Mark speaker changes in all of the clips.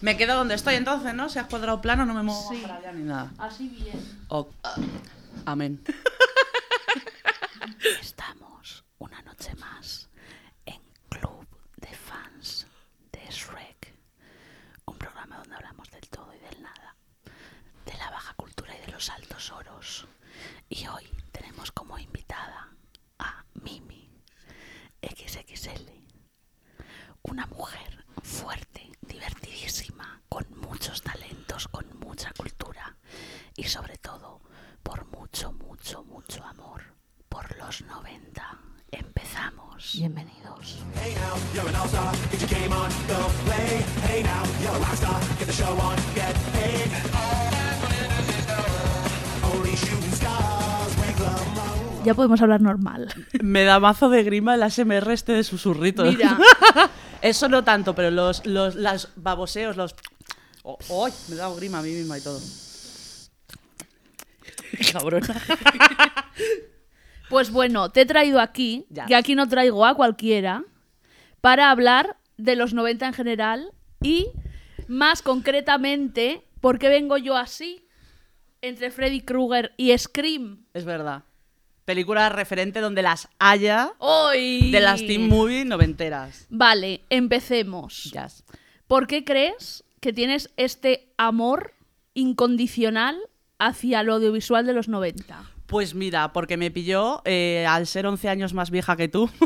Speaker 1: Me quedo donde estoy entonces, ¿no? Si has cuadrado plano, no me muevo
Speaker 2: Sí.
Speaker 1: para allá ni nada.
Speaker 2: Así bien.
Speaker 1: O- ah, Amén.
Speaker 3: Estamos una noche más en Club de Fans de Shrek, un programa donde hablamos del todo y del nada, de la baja cultura y de los altos oros. Y hoy tenemos como invitada a Mimi XXL, una mujer fuerte, divertidísima, con muchos talentos, con mucha cultura y sobre todo por mucho, mucho, mucho amor por los 90. Empezamos. Bienvenidos.
Speaker 2: Ya podemos hablar normal.
Speaker 1: Me da mazo de grima el ASMR este de susurritos.
Speaker 2: Mira.
Speaker 1: Eso no tanto, pero los, los las baboseos, los... Oh, ¡Ay! Me da grima a mí misma y todo. Cabrona.
Speaker 2: Pues bueno, te he traído aquí,
Speaker 1: Ya.
Speaker 2: que aquí no traigo a cualquiera, para hablar de los 90 en general y más concretamente, ¿por qué vengo yo así? Entre Freddy Krueger y Scream.
Speaker 1: Es verdad. Película referente donde las haya
Speaker 2: ¡Hoy!
Speaker 1: de las teen movie noventeras.
Speaker 2: Vale, empecemos.
Speaker 1: Jazz.
Speaker 2: ¿Por qué crees que tienes este amor incondicional hacia lo audiovisual de los 90?
Speaker 1: Pues mira, porque me pilló, eh, al ser 11 años más vieja que tú,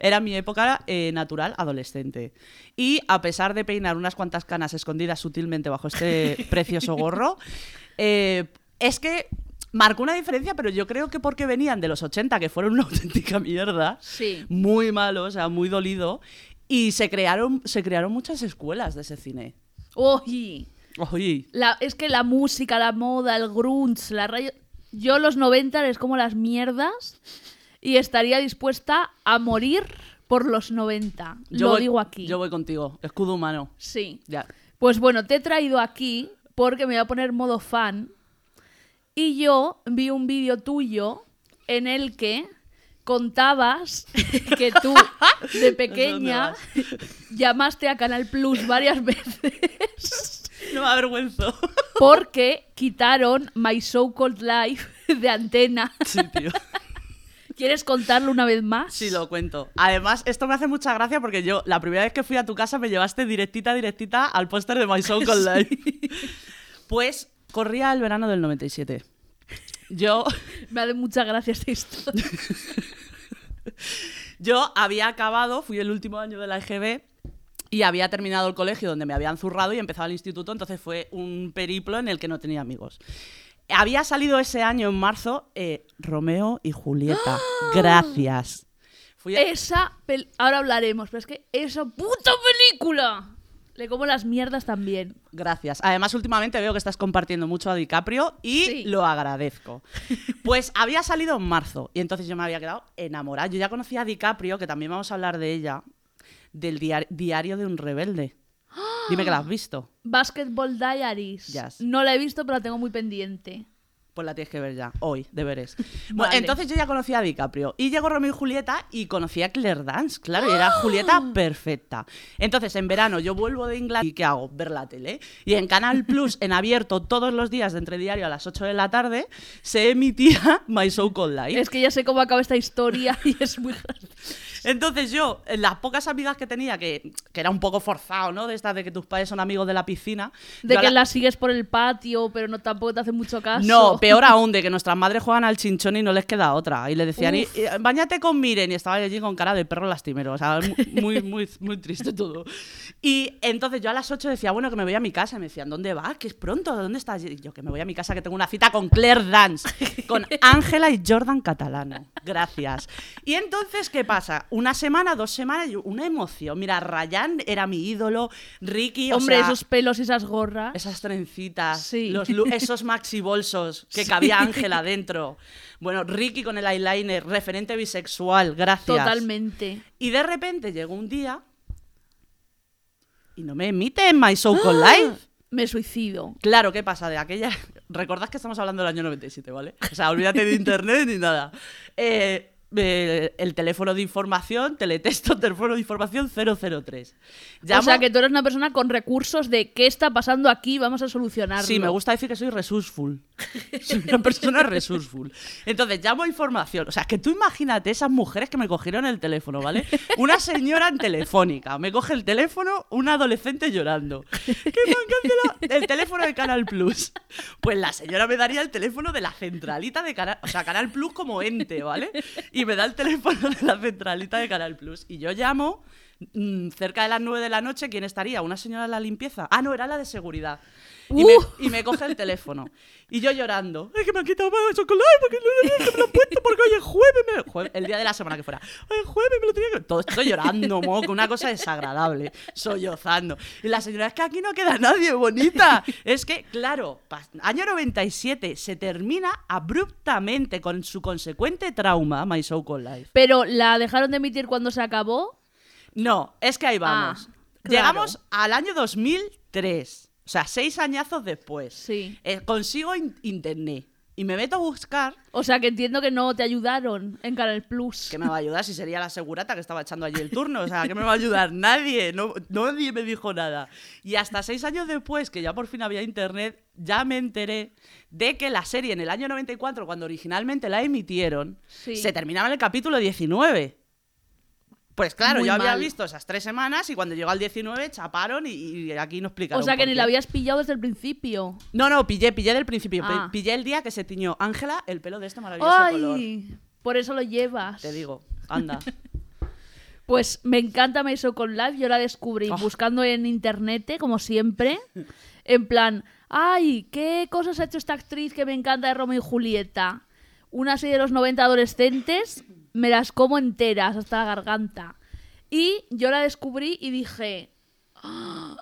Speaker 1: era mi época eh, natural adolescente. Y a pesar de peinar unas cuantas canas escondidas sutilmente bajo este precioso gorro, eh, es que marcó una diferencia, pero yo creo que porque venían de los 80, que fueron una auténtica mierda,
Speaker 2: Sí.
Speaker 1: muy malo, o sea, muy dolido, y se crearon, se crearon muchas escuelas de ese cine.
Speaker 2: ¡Uy!
Speaker 1: Oye,
Speaker 2: La- es que la música, la moda, el grunge, la radio... Yo los 90 les como las mierdas y estaría dispuesta a morir por los 90.
Speaker 1: yo
Speaker 2: Lo
Speaker 1: voy-
Speaker 2: digo aquí.
Speaker 1: Yo voy contigo, escudo humano.
Speaker 2: Sí.
Speaker 1: Ya.
Speaker 2: Pues bueno, te he traído aquí porque me voy a poner modo fan. Y yo vi un vídeo tuyo en el que contabas que tú de pequeña
Speaker 1: vas?
Speaker 2: llamaste a Canal Plus varias veces
Speaker 1: No me avergüenzo.
Speaker 2: porque quitaron My So Called Life de antena.
Speaker 1: Sí, tío.
Speaker 2: ¿Quieres contarlo una vez más?
Speaker 1: Sí, lo cuento. Además, esto me hace mucha gracia porque yo, la primera vez que fui a tu casa, me llevaste directita, directita al póster de My Soul con Live. Pues corría el verano del 97. Yo,
Speaker 2: Me hace mucha gracia este esta historia.
Speaker 1: yo había acabado, fui el último año de la EGB y había terminado el colegio donde me habían zurrado y empezaba el instituto, entonces fue un periplo en el que no tenía amigos. Había salido ese año, en marzo, eh, Romeo y Julieta. Gracias. Fui a-
Speaker 2: Esa pel- Ahora hablaremos, pero es que esa puta película. Le como las mierdas también.
Speaker 1: Gracias. Además, últimamente veo que estás compartiendo mucho a DiCaprio y
Speaker 2: Sí.
Speaker 1: lo agradezco. Pues había salido en marzo y entonces yo me había quedado enamorada. Yo ya conocía a DiCaprio, que también vamos a hablar de ella, del diar- diario de un rebelde. Dime que la has visto.
Speaker 2: Basketball Diaries.
Speaker 1: Yes.
Speaker 2: No la he visto, pero la tengo muy pendiente.
Speaker 1: Pues la tienes que ver ya, hoy, deberes. Bueno,
Speaker 2: Vale.
Speaker 1: entonces yo ya conocía a DiCaprio. Y llegó Romeo y Julieta y conocí a Claire Dance, claro, y era
Speaker 2: ¡Ah!
Speaker 1: Julieta perfecta. Entonces, en verano yo vuelvo de Inglaterra y ¿qué hago? Ver la tele. Y en Canal Plus, en abierto todos los días de entre diario a las 8 de la tarde, se emitía My So Called Life.
Speaker 2: Es que ya sé cómo acaba esta historia y es muy gracioso.
Speaker 1: Entonces yo, en las pocas amigas que tenía, que, que era un poco forzado, ¿no? De estas de que tus padres son amigos de la piscina.
Speaker 2: De
Speaker 1: yo a
Speaker 2: que
Speaker 1: la-
Speaker 2: la sigues por el patio, pero no tampoco te hace mucho caso.
Speaker 1: No, peor aún, de que nuestras madres juegan al chinchón y no les queda otra. Y le decían,
Speaker 2: Uf.
Speaker 1: "Y- eh, bañate con Miren. Y estaba allí con cara de perro lastimero. O sea, mu- muy, muy, muy triste todo. Y entonces yo a las 8 decía, bueno, que me voy a mi casa. Y me decían, ¿dónde vas? Que es pronto, ¿dónde estás? Y yo, que me voy a mi casa, que tengo una cita con Claire Dance, con Ángela y Jordan Catalano. Gracias. Y entonces, ¿qué pasa? Una semana, dos semanas, y una emoción. Mira, Ryan era mi ídolo, Ricky, o
Speaker 2: Hombre,
Speaker 1: sea,
Speaker 2: esos pelos y esas gorras.
Speaker 1: esas trencitas,
Speaker 2: Sí.
Speaker 1: los lu- esos maxi bolsos que cabía Ángela dentro. Bueno, Ricky con el eyeliner, referente bisexual, gracias.
Speaker 2: Totalmente.
Speaker 1: Y de repente llegó un día y no me emite en My So Called
Speaker 2: ¡Ah!
Speaker 1: Life.
Speaker 2: Me suicido.
Speaker 1: Claro, ¿qué pasa? De aquella. Recordad que estamos hablando del año 97, ¿vale? O sea, olvídate de internet ni nada. Eh, eh, el teléfono de información, teletexto, teléfono de información 003.
Speaker 2: O sea, que tú eres una persona con recursos de qué está pasando aquí, vamos a solucionarlo.
Speaker 1: Sí, me gusta decir que soy resourceful. Soy una persona resourceful. Entonces, llamo a información. O sea, que tú imagínate esas mujeres que me cogieron el teléfono, ¿vale? Una señora en telefónica. Me coge el teléfono, una adolescente llorando. ¡Que me han cancelado el teléfono de Canal Plus! Pues la señora me daría el teléfono de la centralita de Canal... O sea, Canal Plus como ente, ¿vale? Y me da el teléfono de la centralita de Canal Plus. Y yo llamo... mm, Cerca de las 9 de la noche, ¿quién estaría? ¿Una señora de la limpieza? Ah, no, era la de seguridad. Y,
Speaker 2: Uh.
Speaker 1: me, y me coge el teléfono. Y yo llorando. Es que me han quitado más el chocolate porque no- no- no me lo han puesto porque hoy es jueves. me lo- jue- el día de la semana que fuera. Hoy es jueves, me lo tenía que. Todo estoy llorando, moco. Una cosa desagradable. Sollozando. Y la señora, es que aquí no queda nadie bonita. Es que, claro, pas- año 97 se termina abruptamente con su consecuente trauma, My So Called Life.
Speaker 2: Pero la dejaron de emitir cuando se acabó.
Speaker 1: No, es que ahí vamos.
Speaker 2: Ah, claro.
Speaker 1: Llegamos al año 2003. O sea, seis añazos después.
Speaker 2: Sí.
Speaker 1: Eh, consigo in- internet. Y me meto a buscar,
Speaker 2: O sea, que entiendo que no te ayudaron en Canal Plus.
Speaker 1: que me va a ayudar si sería la segurata que estaba echando allí el turno. O sea, que me va a ayudar nadie. No, nadie me dijo nada. Y hasta seis años después, que ya por fin había internet, ya me enteré de que la serie en el año 94, cuando originalmente la emitieron,
Speaker 2: Sí.
Speaker 1: se terminaba en el capítulo 19. Pues claro,
Speaker 2: Muy
Speaker 1: yo había
Speaker 2: mal.
Speaker 1: visto esas tres semanas y cuando llegó al 19 chaparon y, y aquí no
Speaker 2: o
Speaker 1: explicaron.
Speaker 2: sea, que
Speaker 1: por
Speaker 2: ni
Speaker 1: qué.
Speaker 2: la habías pillado desde el principio.
Speaker 1: No, no, pillé, pillé del principio.
Speaker 2: Ah.
Speaker 1: Pi- Pillé el día que se tiñó Ángela el pelo de este maravilloso color.
Speaker 2: ¡Ay! Por eso lo llevas.
Speaker 1: Te digo, anda.
Speaker 2: Pues me encanta My So Con Live. Yo la descubrí
Speaker 1: Oh.
Speaker 2: buscando en internet, como siempre. En plan, ¡ay! ¿Qué cosas ha hecho esta actriz que me encanta de Romeo y Julieta? Una serie de los 90 adolescentes, me las como enteras hasta la garganta. Y yo la descubrí y dije, ¡ah!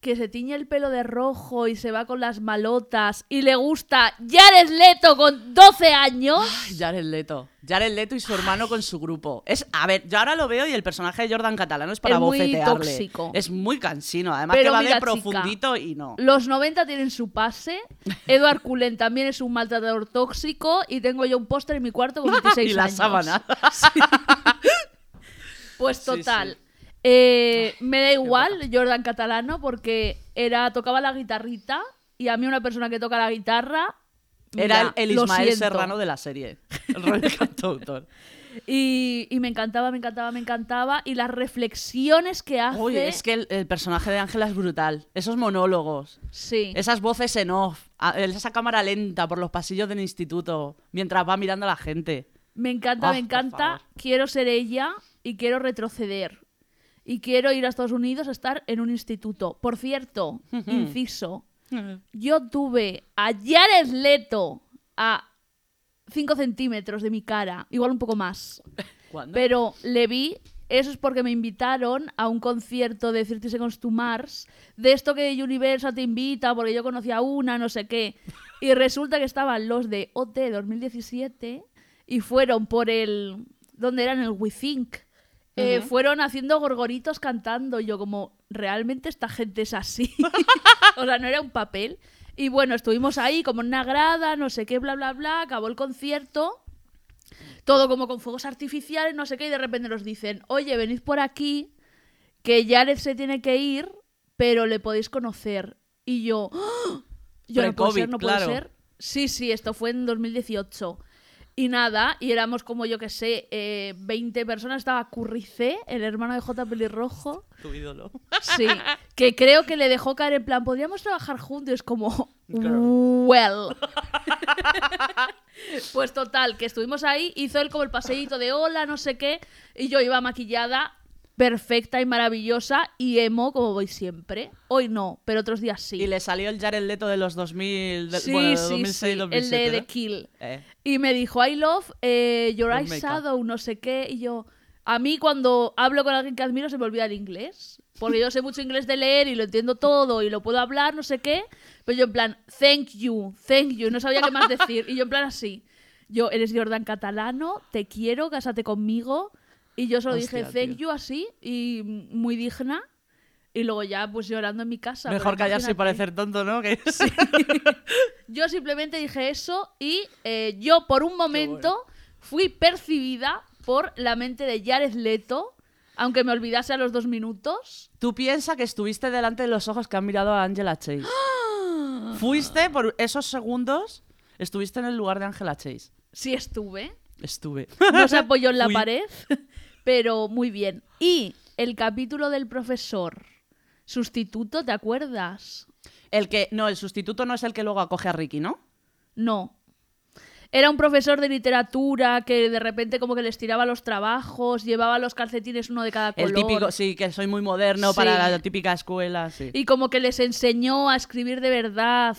Speaker 2: que se tiñe el pelo de rojo y se va con las malotas y le gusta Jared Leto con 12 años.
Speaker 1: Jared Leto. Jared Leto y su hermano con su grupo. Es, a ver, yo ahora lo veo y el personaje de Jordan Catalano es para
Speaker 2: Es muy
Speaker 1: bofetearle.
Speaker 2: tóxico.
Speaker 1: Es muy cansino. Además que
Speaker 2: Pero
Speaker 1: va
Speaker 2: mira,
Speaker 1: de
Speaker 2: chica,
Speaker 1: profundito y no.
Speaker 2: Los 90 tienen su pase. Eduard Cullen también es un maltratador tóxico. Y tengo yo un póster en mi cuarto con 26
Speaker 1: y la
Speaker 2: años.
Speaker 1: sábana.
Speaker 2: Pues
Speaker 1: Sí, Ah,
Speaker 2: total. eh, me da igual Jordan Catalano porque era tocaba la guitarrita. Y a mí, una persona que toca la guitarra.
Speaker 1: Era
Speaker 2: mira,
Speaker 1: el, el
Speaker 2: lo
Speaker 1: Ismael
Speaker 2: siento.
Speaker 1: Serrano de la serie. El Robert Cantautor.
Speaker 2: Y, y me encantaba, me encantaba, me encantaba. Y las reflexiones que hace.
Speaker 1: Uy, es que el, el personaje de Ángela es brutal. Esos monólogos,
Speaker 2: Sí.
Speaker 1: esas voces en off, a- esa cámara lenta por los pasillos del instituto, mientras va mirando a la gente.
Speaker 2: Me encanta,
Speaker 1: Ah,
Speaker 2: me
Speaker 1: por
Speaker 2: encanta.
Speaker 1: favor.
Speaker 2: Quiero ser ella y quiero retroceder. Y quiero ir a Estados Unidos a estar en un instituto. Por cierto, inciso, yo tuve a Jared Leto a 5 centímetros de mi cara, igual un poco más.
Speaker 1: ¿Cuándo?
Speaker 2: Pero le vi, eso es porque me invitaron a un concierto de 30 Seconds to Mars, de esto que Universal te invita, porque yo conocía una, no sé qué. Y resulta que estaban los de OT 2017 y fueron por el. ¿Dónde eran? El We Think. Eh, Fueron haciendo gorgoritos cantando. Y yo, como, ¿realmente esta gente es así? o sea, no era un papel. Y bueno, estuvimos ahí como en una grada, no sé qué, bla, bla, bla. Acabó el concierto todo como con fuegos artificiales, no sé qué, y de repente nos dicen, oye, venid por aquí, que Jared se tiene que ir, pero le podéis conocer. Y yo, ¡Ah! yo no puede
Speaker 1: Pre-COVID,
Speaker 2: ser, no puede
Speaker 1: claro.
Speaker 2: ser. Sí, sí, esto fue en 2018. Y nada, y éramos como yo que sé, eh, 20 personas, estaba Curricé, el hermano de J. Pelirrojo.
Speaker 1: Tu ídolo.
Speaker 2: Sí, que creo que le dejó caer en plan, podríamos trabajar juntos, es como,
Speaker 1: Claro.
Speaker 2: well. pues total, que estuvimos ahí, hizo él como el paseíto de hola, no sé qué, y yo iba maquillada, perfecta y maravillosa, y emo como voy siempre. Hoy no, pero otros días sí.
Speaker 1: Y le salió el Jared Leto de los 2000, del-
Speaker 2: sí,
Speaker 1: bueno, de
Speaker 2: sí,
Speaker 1: 2006,
Speaker 2: sí,
Speaker 1: 2007.
Speaker 2: el de
Speaker 1: ¿no?
Speaker 2: The Kill.
Speaker 1: Eh,
Speaker 2: Y me dijo, I love eh, Your
Speaker 1: Your
Speaker 2: Eyes
Speaker 1: makeup.
Speaker 2: Shadow, no sé qué. Y yo, a mí cuando hablo con alguien que admiro se me olvida el inglés. Porque yo sé mucho inglés de leer y lo entiendo todo y lo puedo hablar, no sé qué. Pero yo en plan, thank you, thank you. No sabía qué más decir. Y yo en plan así. Yo, eres Jordan catalano, te quiero, cásate conmigo. Y yo solo
Speaker 1: Hostia,
Speaker 2: dije, thank
Speaker 1: tío.
Speaker 2: you así y mm, muy digna. Y luego ya pues llorando en mi casa.
Speaker 1: mejor
Speaker 2: pero
Speaker 1: callarse y
Speaker 2: imagínate.
Speaker 1: parecer tonto, ¿no? Que
Speaker 2: Yo simplemente dije eso y eh, yo por un momento fui percibida por la mente de Jared Leto, aunque me olvidase a los dos minutos.
Speaker 1: Tú piensas que estuviste delante de los ojos que han mirado a Angela Chase.
Speaker 2: ¡Ah!
Speaker 1: Fuiste por esos segundos, estuviste en el lugar de Angela Chase.
Speaker 2: Sí estuve.
Speaker 1: Estuve.
Speaker 2: No se apoyó en la
Speaker 1: Fui.
Speaker 2: pared, pero muy bien. Y el capítulo del profesor sustituto, ¿te acuerdas?
Speaker 1: El que, no, el sustituto no es el que luego acoge a Ricky, ¿no?
Speaker 2: No. Era un profesor de literatura que de repente como que les tiraba los trabajos, llevaba los calcetines uno de cada color.
Speaker 1: El típico, sí, que soy muy moderno para
Speaker 2: Sí.
Speaker 1: la típica escuela, sí.
Speaker 2: Y como que les enseñó a escribir de verdad.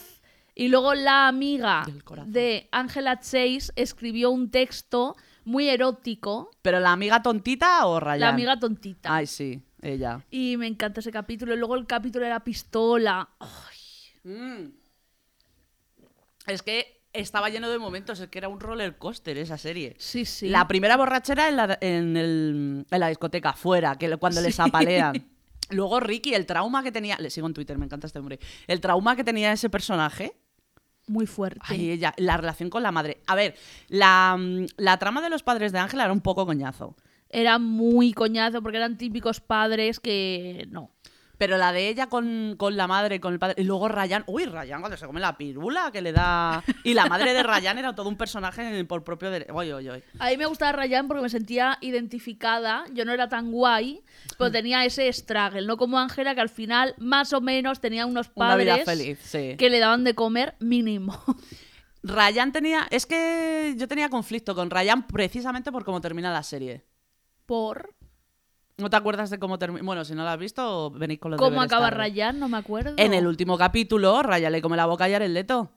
Speaker 2: Y luego la amiga
Speaker 1: Del corazón.
Speaker 2: de Angela Chase escribió un texto muy erótico,
Speaker 1: Pero la amiga tontita o Ryan.
Speaker 2: la amiga tontita.
Speaker 1: Ay, sí, ella.
Speaker 2: Y me encanta ese capítulo. Y luego el capítulo de la pistola. Ay,
Speaker 1: Es que estaba lleno de momentos, es que era un roller coaster esa serie.
Speaker 2: sí, sí.
Speaker 1: La primera borrachera en la, en el- en la discoteca, fuera, que le- cuando les apalean. Luego Ricky, el trauma que tenía. Le sigo en Twitter, me encanta este hombre. El trauma que tenía ese personaje.
Speaker 2: muy fuerte.
Speaker 1: Ay, ella, la relación con la madre. A ver, la, mm, la trama de los padres de Ángela era un poco coñazo.
Speaker 2: Era muy coñazo porque eran típicos padres que no.
Speaker 1: Pero la de ella con, con la madre, con el padre. Y luego Ryan. Uy, Ryan cuando se come la pirula que le da. Y la madre de Ryan era todo un personaje por propio derecho. Oye, oye, oye.
Speaker 2: A mí me gustaba Ryan porque me sentía identificada. Yo no era tan guay, pero
Speaker 1: Mm.
Speaker 2: tenía ese struggle. No como Ángela, que al final, más o menos, tenía unos
Speaker 1: Una
Speaker 2: padres
Speaker 1: vida feliz, sí.
Speaker 2: que le daban de comer mínimo.
Speaker 1: Ryan tenía. Es que yo tenía conflicto con Ryan precisamente por cómo termina la serie.
Speaker 2: Por
Speaker 1: ¿No te acuerdas de cómo termina? Bueno, si no la has visto, venís con los
Speaker 2: cómo
Speaker 1: deberes
Speaker 2: acaba
Speaker 1: tarde.
Speaker 2: Ryan, no me acuerdo.
Speaker 1: En el último capítulo, Ryan le come la boca a Jared Leto.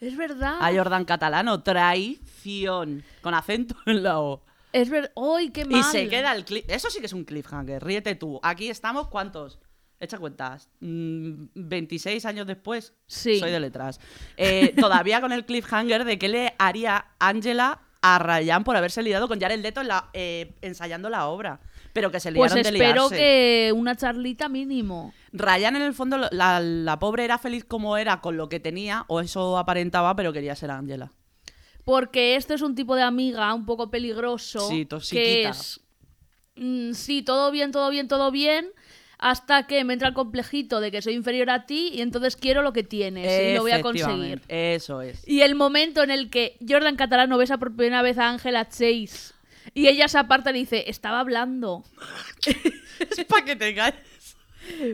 Speaker 2: Es verdad.
Speaker 1: A Jordan Catalano. Traición. Con acento en la O.
Speaker 2: Es verdad. ¡Ay, qué mal!
Speaker 1: Y se queda el clip. Eso sí que es un cliffhanger. Ríete tú. Aquí estamos, ¿cuántos? Echa cuentas. Mm, 26 años después.
Speaker 2: Sí.
Speaker 1: Soy de letras. Eh, todavía con el cliffhanger de qué le haría Angela a Ryan por haberse liado con Jared Leto en la- eh, ensayando la obra. Pero que se
Speaker 2: Pues
Speaker 1: liaron de
Speaker 2: espero
Speaker 1: liarse.
Speaker 2: que una charlita mínimo.
Speaker 1: Ryan, en el fondo, lo- la, la pobre era feliz como era con lo que tenía, o eso aparentaba, pero quería ser Angela.
Speaker 2: Porque esto es un tipo de amiga un poco peligroso.
Speaker 1: Sí,
Speaker 2: que
Speaker 1: toxiquita.
Speaker 2: es, mm, sí, todo bien, todo bien, todo bien. Hasta que me entra el complejito de que soy inferior a ti y entonces quiero lo que tienes y Eh, lo voy a conseguir.
Speaker 1: Efectivamente, Eso es.
Speaker 2: Y el momento en el que Jordan Catalano besa por primera vez a Ángela Chase y ella se aparta y le dice, estaba hablando.
Speaker 1: es para que tengáis.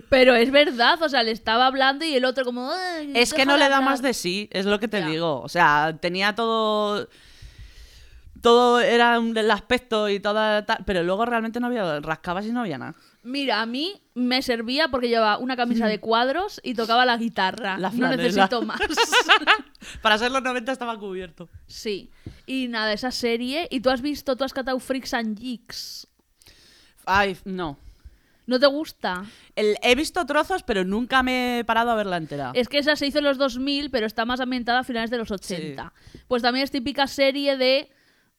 Speaker 2: Pero es verdad, o sea, le estaba hablando y el otro como... "Ay,
Speaker 1: Es que
Speaker 2: deja
Speaker 1: no le da
Speaker 2: hablar".
Speaker 1: más de sí, es lo que te
Speaker 2: Mm, Ya.
Speaker 1: digo. O sea, tenía todo. Todo era un- el aspecto y toda tal, pero luego realmente no había rascabas y no había nada.
Speaker 2: Mira, a mí me servía porque llevaba una camisa de cuadros y tocaba la guitarra.
Speaker 1: La
Speaker 2: no
Speaker 1: franela.
Speaker 2: necesito más.
Speaker 1: Para ser los 90 estaba cubierto.
Speaker 2: Sí. Y nada, esa serie. Y tú has visto, tú has catado Freaks and Geeks.
Speaker 1: Ay, no.
Speaker 2: ¿No te gusta?
Speaker 1: El- he visto trozos, pero nunca me he parado a verla entera.
Speaker 2: Es que esa se hizo en los 2000, pero está más ambientada a finales de los 80. Pues también es típica serie de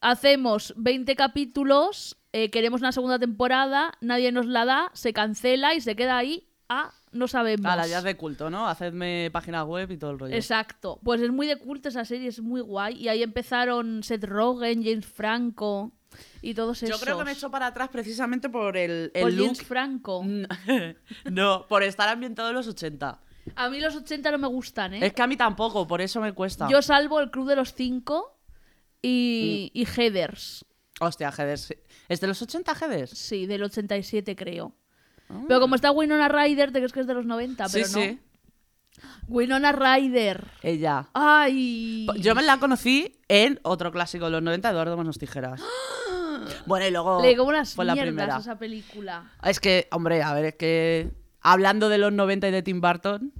Speaker 2: hacemos 20 capítulos, eh, queremos una segunda temporada, nadie nos la da, se cancela y se queda ahí a no sabemos.
Speaker 1: A las días de culto, ¿no? Hacedme páginas web y todo el rollo.
Speaker 2: Exacto. Pues es muy de culto esa serie, es muy guay. Y ahí empezaron Seth Rogen, James Franco y todos
Speaker 1: Yo
Speaker 2: esos.
Speaker 1: creo que me echo para atrás precisamente por el,
Speaker 2: O
Speaker 1: el look.
Speaker 2: James Franco.
Speaker 1: no, por estar ambientado en los 80.
Speaker 2: A mí los 80 no me gustan, ¿eh?
Speaker 1: Es que a mí tampoco, por eso me cuesta.
Speaker 2: Yo salvo el Club de los Cinco y, y Heathers.
Speaker 1: Hostia, Hedes. sí. ¿Es de los 80 Hedes?
Speaker 2: Sí, del 87 creo. Pero como está Winona Ryder, te crees que es de los 90,
Speaker 1: Ah. Sí,
Speaker 2: Ah, pero no.
Speaker 1: sí.
Speaker 2: Winona Ryder.
Speaker 1: Ella.
Speaker 2: Ay.
Speaker 1: Yo me la conocí en otro clásico de los 90, Eduardo Manos Tijeras. Bueno, y luego
Speaker 2: Le como las
Speaker 1: fue
Speaker 2: mierdas
Speaker 1: la primera.
Speaker 2: a esa película.
Speaker 1: Es que, hombre, a ver, es que hablando de los 90 y de Tim Burton,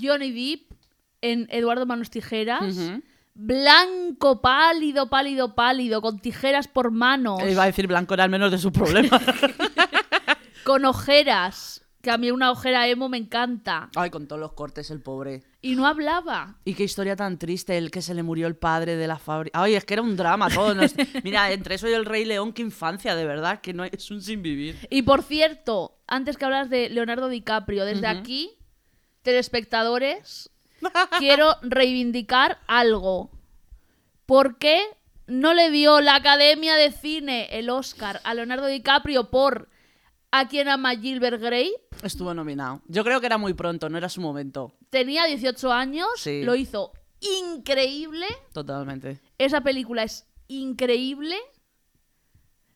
Speaker 2: Johnny Depp en Eduardo Manos Tijeras.
Speaker 1: Ujú.
Speaker 2: Blanco, pálido, pálido, pálido, con tijeras por manos,
Speaker 1: iba a decir Blanco era el menos de sus problemas.
Speaker 2: con ojeras, que a mí una ojera emo me encanta.
Speaker 1: Ay, con todos los cortes, el pobre.
Speaker 2: Y no hablaba.
Speaker 1: Y qué historia tan triste, el que se le murió el padre de la fábrica. Ay, es que era un drama todo. no es- Mira, entre eso y el Rey León, qué infancia, de verdad, que no hay- es un sinvivir.
Speaker 2: Y por cierto, antes que hablas de Leonardo DiCaprio, desde aquí, telespectadores, quiero reivindicar algo. Porque no le dio la Academia de Cine el Oscar a Leonardo DiCaprio por A quien ama Gilbert Grey.
Speaker 1: Estuvo nominado. Yo creo que era muy pronto, no era su momento.
Speaker 2: Tenía 18 años,
Speaker 1: Sí.
Speaker 2: lo hizo increíble.
Speaker 1: Totalmente.
Speaker 2: Esa película es increíble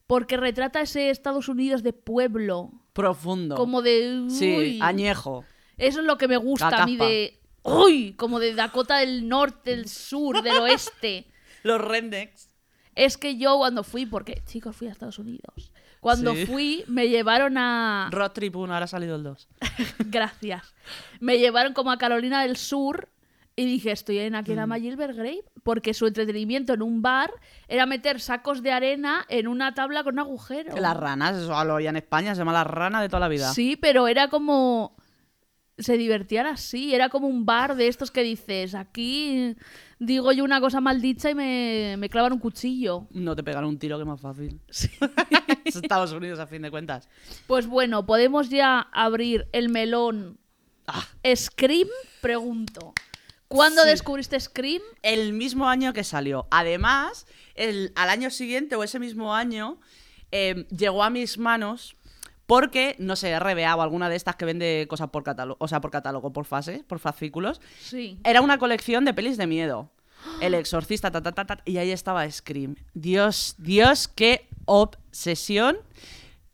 Speaker 2: porque retrata ese Estados Unidos de pueblo,
Speaker 1: Profundo.
Speaker 2: como de... Uy,
Speaker 1: Sí, añejo.
Speaker 2: Eso es lo que me gusta
Speaker 1: La
Speaker 2: a mí
Speaker 1: capa.
Speaker 2: de... Uy, como de Dakota del Norte, del Sur, del Oeste.
Speaker 1: Los Rendex.
Speaker 2: Es que yo cuando fui, porque chicos, fui a Estados Unidos. Cuando
Speaker 1: Sí.
Speaker 2: fui, me llevaron a...
Speaker 1: Road Trip 1, ahora ha salido el 2.
Speaker 2: Gracias. Me llevaron como a Carolina del Sur y dije, estoy en Akirama Gilbert Grape porque su entretenimiento en un bar era meter sacos de arena en una tabla con un agujero.
Speaker 1: Las ranas, eso lo oía en España, se llama la rana de toda la vida.
Speaker 2: Sí, pero era como... Se divertían así, era como un bar de estos que dices, aquí digo yo una cosa maldicha y me, me clavan un cuchillo.
Speaker 1: No te pegan un tiro que es más fácil. Es Estados Unidos, a fin de cuentas.
Speaker 2: Pues bueno, podemos ya abrir el melón.
Speaker 1: Ah.
Speaker 2: Scream, pregunto. ¿Cuándo
Speaker 1: Sí.
Speaker 2: descubriste Scream?
Speaker 1: El mismo año que salió. Además, el- al año siguiente o ese mismo año, eh, llegó a mis manos porque, no sé, RBA o alguna de estas que vende cosas por catálogo, o sea, por catálogo, por fases, por fascículos,
Speaker 2: Sí.
Speaker 1: Era una colección de pelis de miedo. El exorcista, ta, ta, ta, ta, y ahí estaba Scream. Dios, Dios, qué obsesión.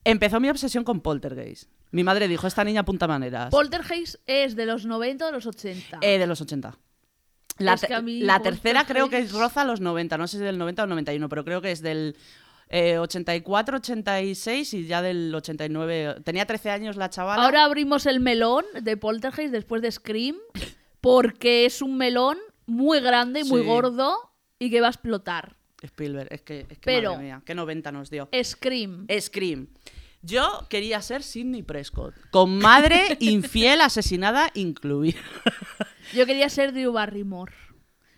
Speaker 1: Empezó mi obsesión con Poltergeist. Mi madre dijo, esta niña apunta maneras.
Speaker 2: Poltergeist es de los 90 o de los 80.
Speaker 1: Eh, de los 80. La,
Speaker 2: Es que
Speaker 1: te-
Speaker 2: a mí
Speaker 1: la tercera creo que
Speaker 2: Poltergeist-
Speaker 1: roza los 90, no sé si del 90 o 91, pero creo que es del eh, 84, 86 y ya del 89. Tenía 13 años la chavala.
Speaker 2: Ahora abrimos el melón de Poltergeist después de Scream, porque es un melón muy grande y muy
Speaker 1: Sí.
Speaker 2: gordo y que va a explotar.
Speaker 1: Spielberg, es que, es que
Speaker 2: Pero-
Speaker 1: madre mía, qué 90 nos dio.
Speaker 2: Scream.
Speaker 1: Eh. Scream. Yo quería ser Sidney Prescott, con madre infiel asesinada incluida.
Speaker 2: Yo quería ser Drew Barrymore,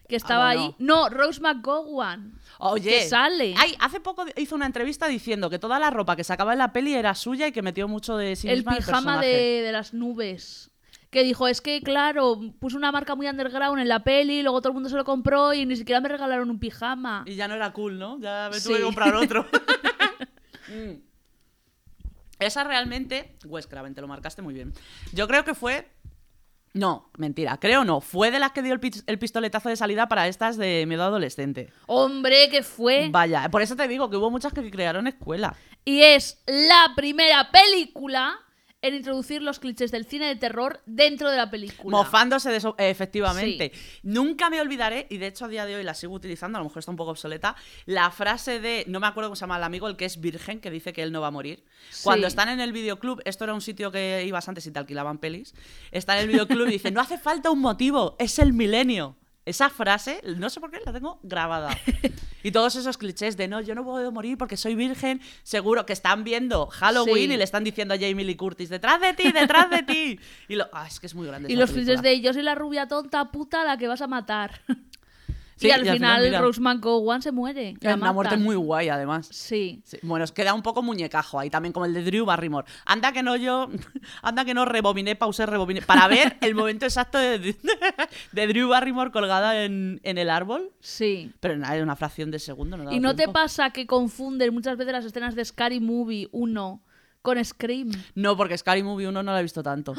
Speaker 2: que estaba
Speaker 1: Ah, bueno.
Speaker 2: ahí. No, Rose McGowan.
Speaker 1: Oye,
Speaker 2: Que sale.
Speaker 1: Ay, hace poco hizo una entrevista diciendo que toda la ropa que sacaba en la peli era suya y que metió mucho de sí
Speaker 2: el
Speaker 1: misma en
Speaker 2: pijama
Speaker 1: personaje.
Speaker 2: de, de las nubes. Que dijo, es que claro, puse una marca muy underground en la peli, luego todo el mundo se lo compró y ni siquiera me regalaron un pijama.
Speaker 1: Y ya no era cool, ¿no? Ya me
Speaker 2: Sí.
Speaker 1: tuve que comprar otro. Mm. Esa realmente, Wes Craven, te lo marcaste muy bien. Yo creo que fue. No, mentira, creo no. Fue de las que dio el, pis- el pistoletazo de salida para estas de miedo adolescente.
Speaker 2: Hombre, que fue.
Speaker 1: Vaya, por eso te digo que hubo muchas que crearon escuela.
Speaker 2: Y es la primera película en introducir los clichés del cine de terror dentro de la película.
Speaker 1: Mofándose de eso, eh, efectivamente. Nunca me olvidaré, y de hecho a día de hoy la sigo utilizando, a lo mejor está un poco obsoleta, la frase de, no me acuerdo cómo se llama el amigo, el que es virgen, que dice que él no va a morir. Cuando
Speaker 2: Sí.
Speaker 1: están en el videoclub, esto era un sitio que ibas antes y te alquilaban pelis, está en el videoclub y dice, no hace falta un motivo, es el milenio. Esa frase, no sé por qué, la tengo grabada. Y todos esos clichés de no, yo no puedo morir porque soy virgen, seguro que están viendo Halloween
Speaker 2: Sí.
Speaker 1: y le están diciendo a Jamie Lee Curtis, detrás de ti, detrás de ti. Y lo, ah, es que es muy grande.
Speaker 2: Y
Speaker 1: esa
Speaker 2: los
Speaker 1: película.
Speaker 2: clichés de yo soy la rubia tonta puta a la que vas a matar.
Speaker 1: Sí,
Speaker 2: y al
Speaker 1: y al final,
Speaker 2: final,
Speaker 1: mira.
Speaker 2: Rose McGowan se muere.
Speaker 1: Es
Speaker 2: La
Speaker 1: una muerte
Speaker 2: matan.
Speaker 1: muy guay, además.
Speaker 2: Sí.
Speaker 1: Sí, Bueno, os queda un poco muñecajo ahí también, como el de Drew Barrymore. Anda que no yo, anda que no rebobiné, pausé, rebobiné, para ver el momento exacto de, de Drew Barrymore colgada en, en el árbol.
Speaker 2: Sí.
Speaker 1: Pero nada, una fracción de segundo. No
Speaker 2: ¿Y no te
Speaker 1: pasa
Speaker 2: pasa que confunden muchas veces las escenas de Scary Movie 1 con Scream?
Speaker 1: No, porque Scary Movie 1 no la he visto tanto.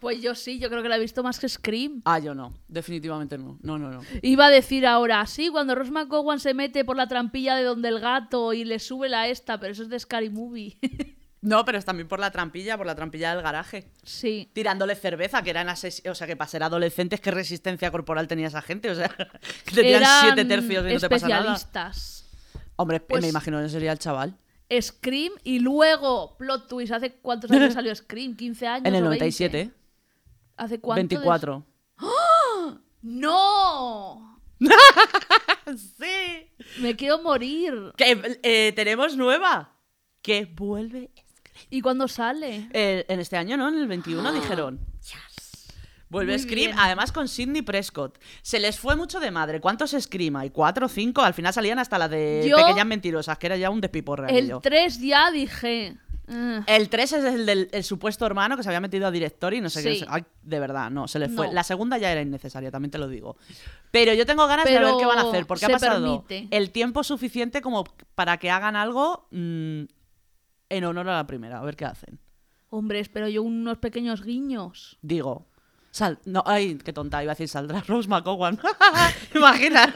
Speaker 2: Pues yo sí, yo creo que la he visto más que Scream.
Speaker 1: Ah, yo no. Definitivamente no. No, no, no.
Speaker 2: Iba a decir ahora, sí, cuando Rose McGowan se mete por la trampilla de donde el gato y le sube la esta, pero eso es de Scary Movie.
Speaker 1: No, pero es también por la trampilla, por la trampilla del garaje.
Speaker 2: sí.
Speaker 1: Tirándole cerveza, que eran ases- o sea, que para ser adolescentes, qué resistencia corporal tenía esa gente, o sea, que te tiran
Speaker 2: Eran
Speaker 1: siete tercios y no te pasa nada.
Speaker 2: especialistas.
Speaker 1: Hombre,
Speaker 2: Pues-
Speaker 1: me imagino que sería el chaval.
Speaker 2: Scream y luego plot twist. ¿Hace cuántos años salió Scream? ¿15 años?
Speaker 1: En el
Speaker 2: o
Speaker 1: 97,
Speaker 2: 20? ¿Hace cuánto? de-
Speaker 1: 24.
Speaker 2: ¡No!
Speaker 1: Sí.
Speaker 2: Me quiero morir.
Speaker 1: Que eh, tenemos nueva. Que vuelve
Speaker 2: ¿Y cuándo sale?
Speaker 1: eh, en este año, ¿no? En el 21 dijeron. Vuelve
Speaker 2: Muy
Speaker 1: Scream,
Speaker 2: bien.
Speaker 1: además con Sidney Prescott. Se les fue mucho de madre. ¿Cuántos Scream hay? ¿Cuatro o cinco? Al final salían hasta la de
Speaker 2: Yo-
Speaker 1: Pequeñas Mentirosas, que era ya un despiporre.
Speaker 2: El
Speaker 1: aquello.
Speaker 2: 3 ya dije. Mm.
Speaker 1: El 3 es el del el supuesto hermano que se había metido a director y no sé
Speaker 2: Sí.
Speaker 1: qué. Ay, de verdad, no, se le fue.
Speaker 2: No.
Speaker 1: La segunda ya era innecesaria, también te lo digo. Pero yo tengo ganas de
Speaker 2: Pero
Speaker 1: ver qué van a hacer, porque ha
Speaker 2: se
Speaker 1: pasado
Speaker 2: permite.
Speaker 1: el tiempo suficiente como para que hagan algo mm, en honor a la primera, a ver qué hacen.
Speaker 2: Hombre, espero yo unos pequeños guiños.
Speaker 1: Digo. Sal, no, ay, qué tonta, iba a decir saldrá Rose McGowan. Imagina.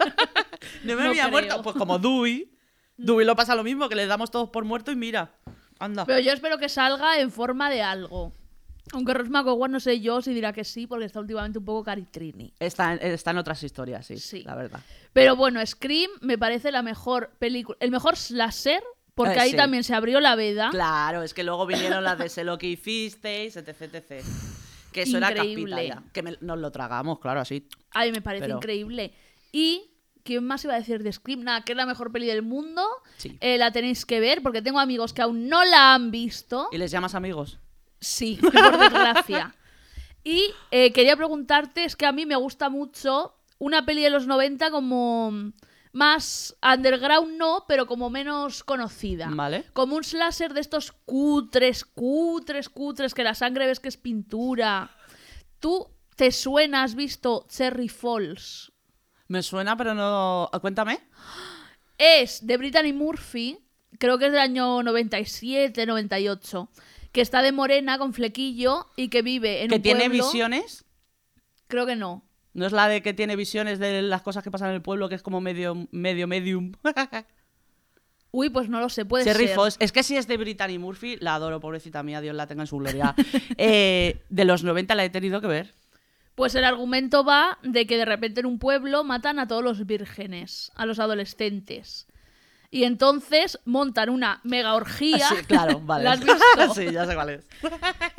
Speaker 1: no me
Speaker 2: No
Speaker 1: había
Speaker 2: creo.
Speaker 1: muerto. Pues como Dewey. Dewey lo pasa lo mismo, que le damos todos por muerto y mira. Anda.
Speaker 2: Pero yo espero que salga en forma de algo. Aunque Ross McGowan no sé yo si dirá que sí, porque está últimamente un poco caritrini.
Speaker 1: Está, está en otras historias, sí,
Speaker 2: Sí.
Speaker 1: la verdad.
Speaker 2: Pero bueno, Scream me parece la mejor película, el mejor slasher, porque
Speaker 1: Eh,
Speaker 2: ahí
Speaker 1: sí.
Speaker 2: también se abrió la veda.
Speaker 1: Claro, es que luego vinieron las de Sé lo que hicisteis, etc, etc. Que eso
Speaker 2: Increíble.
Speaker 1: era caspita ya. Que me- nos lo tragamos, claro, así.
Speaker 2: A mí me parece
Speaker 1: Pero-
Speaker 2: increíble. Y, ¿quién más iba a decir de Scream? Nada, que es la mejor peli del mundo.
Speaker 1: Sí.
Speaker 2: Eh, la tenéis que ver porque tengo amigos que aún no la han visto.
Speaker 1: ¿Y les llamas amigos?
Speaker 2: Sí, por desgracia. Y eh, quería preguntarte, es que a mí me gusta mucho una peli de los 90 como más underground no, pero como menos conocida.
Speaker 1: Vale.
Speaker 2: Como un slasher de estos cutres, cutres, cutres, que la sangre ves que es pintura. ¿Tú te suena, has visto Cherry Falls?
Speaker 1: Me suena, pero no. oh, Cuéntame.
Speaker 2: Es de Brittany Murphy, creo que es del año 97, 98, que está de morena con flequillo y que vive en
Speaker 1: ¿Que
Speaker 2: un
Speaker 1: tiene
Speaker 2: pueblo-
Speaker 1: visiones?
Speaker 2: Creo que no.
Speaker 1: ¿No es la de que tiene visiones de las cosas que pasan en el pueblo, que es como medio, medio medium?
Speaker 2: Uy, pues no lo sé, puede
Speaker 1: Cherry
Speaker 2: ser.
Speaker 1: Fox. Es que si es de Brittany Murphy, la adoro, pobrecita mía, Dios la tenga en su gloria. Eh, de los 90 la he tenido que ver.
Speaker 2: Pues el argumento va de que de repente en un pueblo matan a todos los vírgenes, a los adolescentes. Y entonces montan una mega orgía.
Speaker 1: Ah, Sí, claro, vale.
Speaker 2: ¿La has visto?
Speaker 1: sí, ya sé cuál es.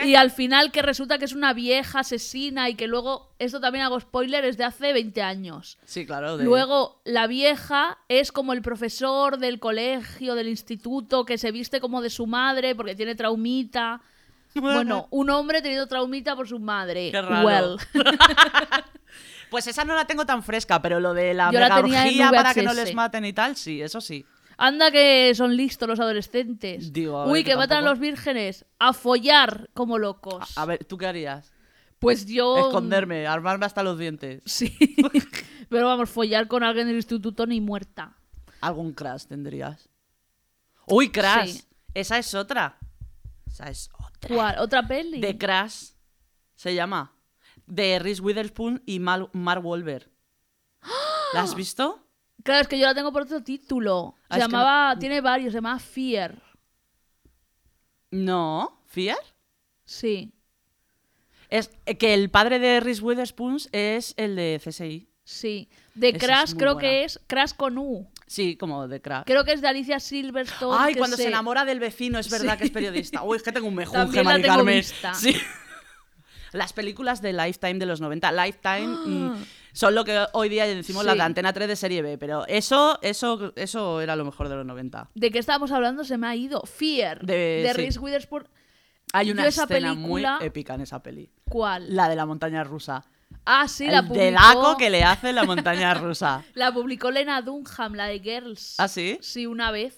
Speaker 2: Y al final que resulta que es una vieja asesina y que luego, esto también hago spoiler, es de hace 20 años.
Speaker 1: Sí, claro. de-
Speaker 2: Luego la vieja es como el profesor del colegio, del instituto, que se viste como de su madre porque tiene traumita. Bueno, un hombre teniendo traumita por su madre.
Speaker 1: Qué raro.
Speaker 2: Well.
Speaker 1: Pues esa no la tengo tan fresca, pero lo de la
Speaker 2: Yo la
Speaker 1: mega
Speaker 2: tenía en
Speaker 1: orgía para que no
Speaker 2: VHS.
Speaker 1: les maten y tal, sí, eso sí.
Speaker 2: Anda que son listos los adolescentes.
Speaker 1: Digo, a ver,
Speaker 2: Uy, que
Speaker 1: que
Speaker 2: matan a
Speaker 1: tampoco-
Speaker 2: los vírgenes a follar como locos.
Speaker 1: A, a ver, ¿tú qué harías?
Speaker 2: Pues yo...
Speaker 1: Esconderme, armarme hasta los dientes.
Speaker 2: Sí. Pero vamos, follar con alguien del instituto ni muerta.
Speaker 1: Algún crash tendrías. ¡Uy, crash!
Speaker 2: Sí.
Speaker 1: Esa es otra. Esa es otra.
Speaker 2: ¿Cuál? ¿Otra peli?
Speaker 1: De Crash se llama. De Reese Witherspoon y Mal- Mark Wolver. ¿La has visto?
Speaker 2: Claro, es que yo la tengo por otro título. Se
Speaker 1: Ah, es que
Speaker 2: llamaba... Tiene varios, se llamaba Fear.
Speaker 1: No. ¿Fear?
Speaker 2: Sí,
Speaker 1: Es eh, que el padre de Reese Witherspoon es el de CSI.
Speaker 2: sí. De
Speaker 1: Esa es
Speaker 2: Crash
Speaker 1: muy
Speaker 2: creo
Speaker 1: buena.
Speaker 2: que es... Crash con U.
Speaker 1: Sí, como de Crash.
Speaker 2: Creo que es de Alicia Silverstone.
Speaker 1: Ay,
Speaker 2: que
Speaker 1: cuando se
Speaker 2: sé.
Speaker 1: enamora del vecino, es verdad que es periodista. Uy, es que tengo un mejunje,
Speaker 2: También la
Speaker 1: Mari
Speaker 2: tengo
Speaker 1: Carmen.
Speaker 2: vista.
Speaker 1: Sí. Las películas de Lifetime de los 90. Lifetime mm, son lo que hoy día decimos
Speaker 2: Ah. Sí.
Speaker 1: las de Antena 3 de serie B, pero eso, eso, eso era lo mejor de los 90.
Speaker 2: ¿De qué estábamos hablando? Se me ha ido. Fear.
Speaker 1: De- sí.
Speaker 2: Reese Witherspoon.
Speaker 1: Hay
Speaker 2: Yo
Speaker 1: una
Speaker 2: esa
Speaker 1: escena
Speaker 2: película-
Speaker 1: muy épica en esa peli.
Speaker 2: ¿Cuál?
Speaker 1: La de la montaña rusa.
Speaker 2: Ah, sí, la
Speaker 1: el
Speaker 2: publicó.
Speaker 1: delaco que le hace la montaña rusa.
Speaker 2: La publicó Lena Dunham, la de Girls.
Speaker 1: ¿Ah, sí?
Speaker 2: Sí, una vez.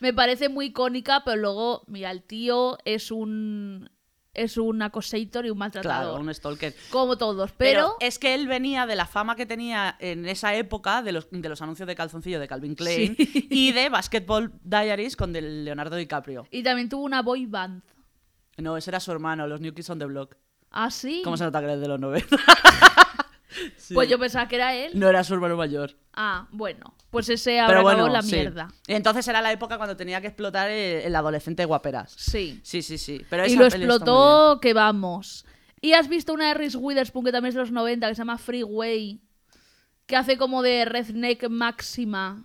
Speaker 2: Me parece muy icónica, pero luego, mira, el tío es un. Es un acosator y un maltratador.
Speaker 1: Claro, un stalker.
Speaker 2: Como todos,
Speaker 1: Pero,
Speaker 2: pero.
Speaker 1: es que él venía de la fama que tenía en esa época de los, de los anuncios de calzoncillo de Calvin Klein y de Basketball Diaries con de Leonardo DiCaprio.
Speaker 2: Y también tuvo una boy band.
Speaker 1: No, ese era su hermano, los New Kids on the Block.
Speaker 2: Ah, sí.
Speaker 1: ¿Cómo se nota que eres de los 90? Sí.
Speaker 2: Pues yo pensaba que era él.
Speaker 1: No era su hermano mayor.
Speaker 2: Ah, bueno. Pues ese habrá
Speaker 1: Pero
Speaker 2: acabado
Speaker 1: bueno,
Speaker 2: en la
Speaker 1: sí.
Speaker 2: mierda.
Speaker 1: Y entonces era la época cuando tenía que explotar el, el adolescente guaperas.
Speaker 2: Sí.
Speaker 1: Sí, sí, sí. Pero
Speaker 2: y
Speaker 1: esa
Speaker 2: lo
Speaker 1: peli está muy bien.
Speaker 2: explotó, que vamos. Y has visto una de Reese Witherspoon que también es de los 90, que se llama Freeway, que hace como de redneck máxima.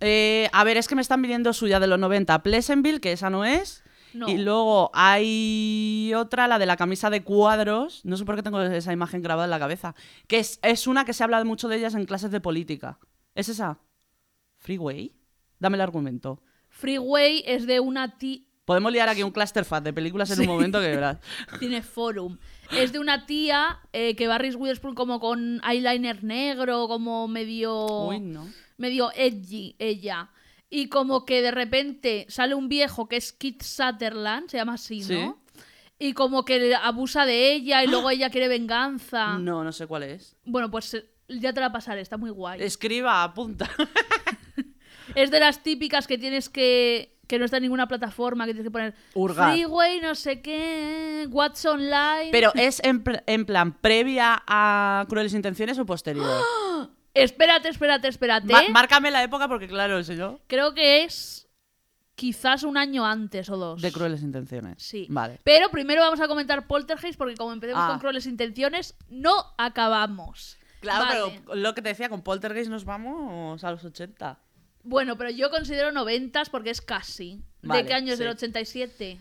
Speaker 1: Eh, a ver, es que me están viniendo suya de los 90. Pleasantville, que esa no es.
Speaker 2: No.
Speaker 1: Y luego hay otra, la de la camisa de cuadros. No sé por qué tengo esa imagen grabada en la cabeza. Que es, es una que se habla mucho de ellas en clases de política. ¿Es esa? ¿Freeway? Dame el argumento.
Speaker 2: Freeway es de una tía.
Speaker 1: Podemos liar aquí un clusterfuck de películas en un momento que verás.
Speaker 2: Tiene forum. Es de una tía eh, que va a Reese Witherspoon como con eyeliner negro, como medio.
Speaker 1: Uy, no.
Speaker 2: medio edgy ella. Y como que de repente sale un viejo que es Kit Sutherland, se llama así, ¿no? Y como que abusa de ella y luego ella quiere venganza.
Speaker 1: No, no sé cuál es.
Speaker 2: Bueno, pues eh, ya te la pasaré, está muy guay. Es,
Speaker 1: Escriba, apunta.
Speaker 2: de las típicas que tienes que. que no está en ninguna plataforma, que tienes que poner.
Speaker 1: Hurgar.
Speaker 2: Freeway, no sé qué. What's online.
Speaker 1: Pero es en, pr- en plan previa a Crueles Intenciones o posterior.
Speaker 2: Espérate, espérate, espérate.
Speaker 1: Ma- márcame la época porque claro, si no
Speaker 2: Creo que es. Quizás un año antes o dos.
Speaker 1: de Crueles Intenciones.
Speaker 2: Sí.
Speaker 1: Vale.
Speaker 2: Pero primero vamos a comentar Poltergeist porque como empecemos
Speaker 1: Ah.
Speaker 2: con crueles intenciones, no acabamos.
Speaker 1: Claro,
Speaker 2: Vale.
Speaker 1: pero lo que te decía, con Poltergeist nos vamos a los 80.
Speaker 2: Bueno, pero yo considero noventas porque es casi.
Speaker 1: Vale,
Speaker 2: ¿De qué año es?
Speaker 1: sí.
Speaker 2: ¿Del 87?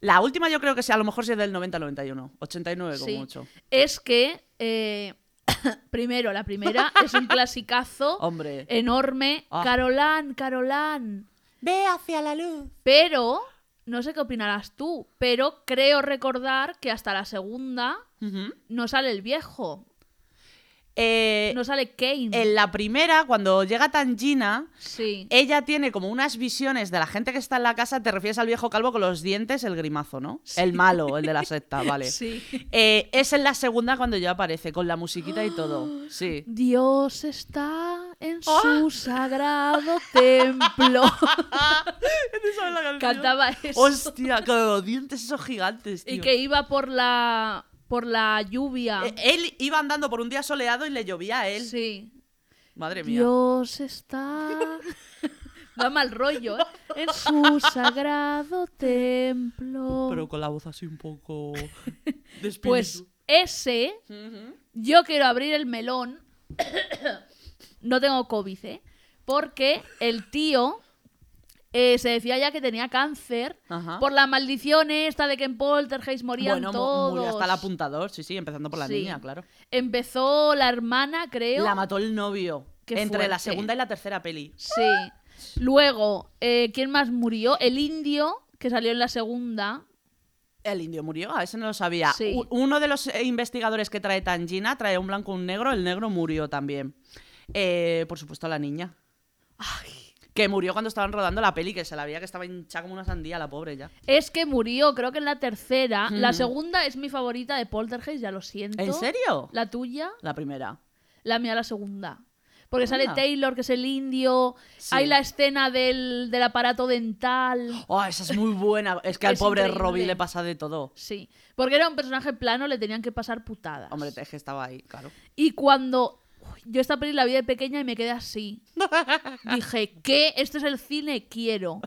Speaker 1: La última yo creo que sea, a lo mejor sí es del 90 al 91. 89 como
Speaker 2: Sí.
Speaker 1: mucho.
Speaker 2: Es que, eh, primero, la primera es un clasicazo
Speaker 1: Hombre.
Speaker 2: enorme.
Speaker 1: Ah.
Speaker 2: Carolán, Carolán.
Speaker 1: Ve hacia la luz.
Speaker 2: Pero, no sé qué opinarás tú, pero creo recordar que hasta la segunda no sale el viejo, no sale Kane.
Speaker 1: Eh, en la primera, cuando llega Tangina,
Speaker 2: Sí.
Speaker 1: ella tiene como unas visiones de la gente que está en la casa. Te refieres al viejo calvo con los dientes, el grimazo, ¿no? El malo, el de la secta, vale.
Speaker 2: Sí.
Speaker 1: Eh, es en la segunda cuando ya aparece, con la musiquita y todo. Sí.
Speaker 2: Dios está en
Speaker 1: Ah.
Speaker 2: su sagrado templo. Cantaba eso.
Speaker 1: Hostia, con los dientes esos gigantes, tío.
Speaker 2: y que iba por la por la lluvia.
Speaker 1: Eh, Él iba andando por un día soleado y le llovía a él.
Speaker 2: Sí.
Speaker 1: Madre mía.
Speaker 2: Dios está. Va mal rollo, ¿eh? En su sagrado templo.
Speaker 1: Pero con la voz así un poco. de espíritu.
Speaker 2: pues ese,
Speaker 1: Ujú.
Speaker 2: yo quiero abrir el melón. no tengo COVID, ¿eh? Porque el tío eh, se decía ya que tenía cáncer
Speaker 1: Ajá.
Speaker 2: por la maldición esta de que en Poltergeist morían
Speaker 1: Ah. bueno, mu-
Speaker 2: todos.
Speaker 1: murió hasta el apuntador, sí, sí, empezando por la
Speaker 2: Sí.
Speaker 1: niña, claro.
Speaker 2: Empezó la hermana, creo.
Speaker 1: La mató el novio.
Speaker 2: Qué
Speaker 1: entre la
Speaker 2: fuerte.
Speaker 1: segunda y la tercera peli.
Speaker 2: Sí. Luego, eh, ¿quién más murió? El indio, que salió en la segunda.
Speaker 1: El indio murió, a ese no lo sabía.
Speaker 2: Sí.
Speaker 1: U- Uno de los eh, investigadores que trae Tangina trae un blanco, un negro, el negro murió también. Eh, por supuesto, la niña. Que murió cuando estaban rodando la peli, que se la veía que estaba hinchada como una sandía, la pobre ya.
Speaker 2: Es que murió, creo que en la tercera. La segunda es mi favorita de Poltergeist, ya lo siento.
Speaker 1: Mm. ¿En serio?
Speaker 2: La tuya,
Speaker 1: La primera.
Speaker 2: la mía la segunda. Porque sale
Speaker 1: Anda.
Speaker 2: Taylor, que es el indio.
Speaker 1: Sí.
Speaker 2: Hay la escena del, del aparato dental.
Speaker 1: Oh, esa es muy buena. Es que al
Speaker 2: Es
Speaker 1: pobre
Speaker 2: increíble.
Speaker 1: Robbie le pasa de todo.
Speaker 2: Sí. Porque era un personaje plano, le tenían que pasar putadas.
Speaker 1: Hombre, es que estaba ahí, claro.
Speaker 2: Y cuando uy, yo esta peli la vi de pequeña y me quedé así.
Speaker 1: Ah.
Speaker 2: Dije, ¿qué? Esto es el cine, quiero.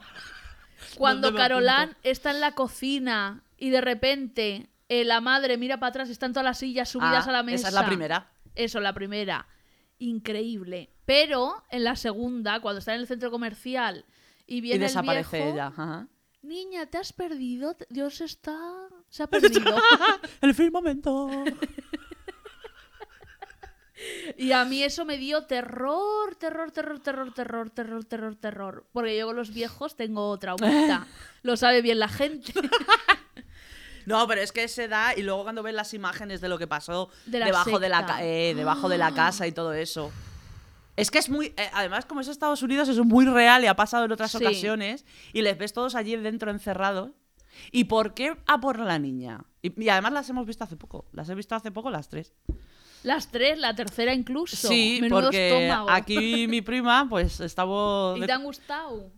Speaker 2: Cuando
Speaker 1: ¿Dónde me
Speaker 2: Carolán está en la cocina y de repente eh, la madre mira para atrás y están todas las sillas subidas
Speaker 1: Ah,
Speaker 2: a la
Speaker 1: Esa
Speaker 2: mesa.
Speaker 1: es la primera.
Speaker 2: Eso, la primera. Increíble. Pero en la segunda, cuando está en el centro comercial y
Speaker 1: Y
Speaker 2: viene
Speaker 1: desaparece
Speaker 2: el viejo,
Speaker 1: ella. ajá.
Speaker 2: Niña, te has perdido. Dios está. Se ha perdido.
Speaker 1: El firmamento.
Speaker 2: Y a mí eso me dio terror, terror, terror, terror, terror, terror, terror, terror. Porque yo con los viejos tengo traumita. Lo sabe bien la gente.
Speaker 1: No, pero es que se da y luego cuando ves las imágenes de lo que pasó
Speaker 2: De la
Speaker 1: debajo de la
Speaker 2: secta.
Speaker 1: ca- eh, debajo de la casa y todo eso. Es que es muy eh, además como es Estados Unidos es muy real y ha pasado en otras
Speaker 2: Sí.
Speaker 1: ocasiones y les ves todos allí dentro encerrados. ¿Y por qué a por la niña? Y, y además las hemos visto hace poco, las he visto hace poco las tres.
Speaker 2: Las tres, la tercera incluso.
Speaker 1: Sí,
Speaker 2: Menudo
Speaker 1: porque
Speaker 2: estómago.
Speaker 1: aquí mi prima pues estamos
Speaker 2: ¿Y te han gustado?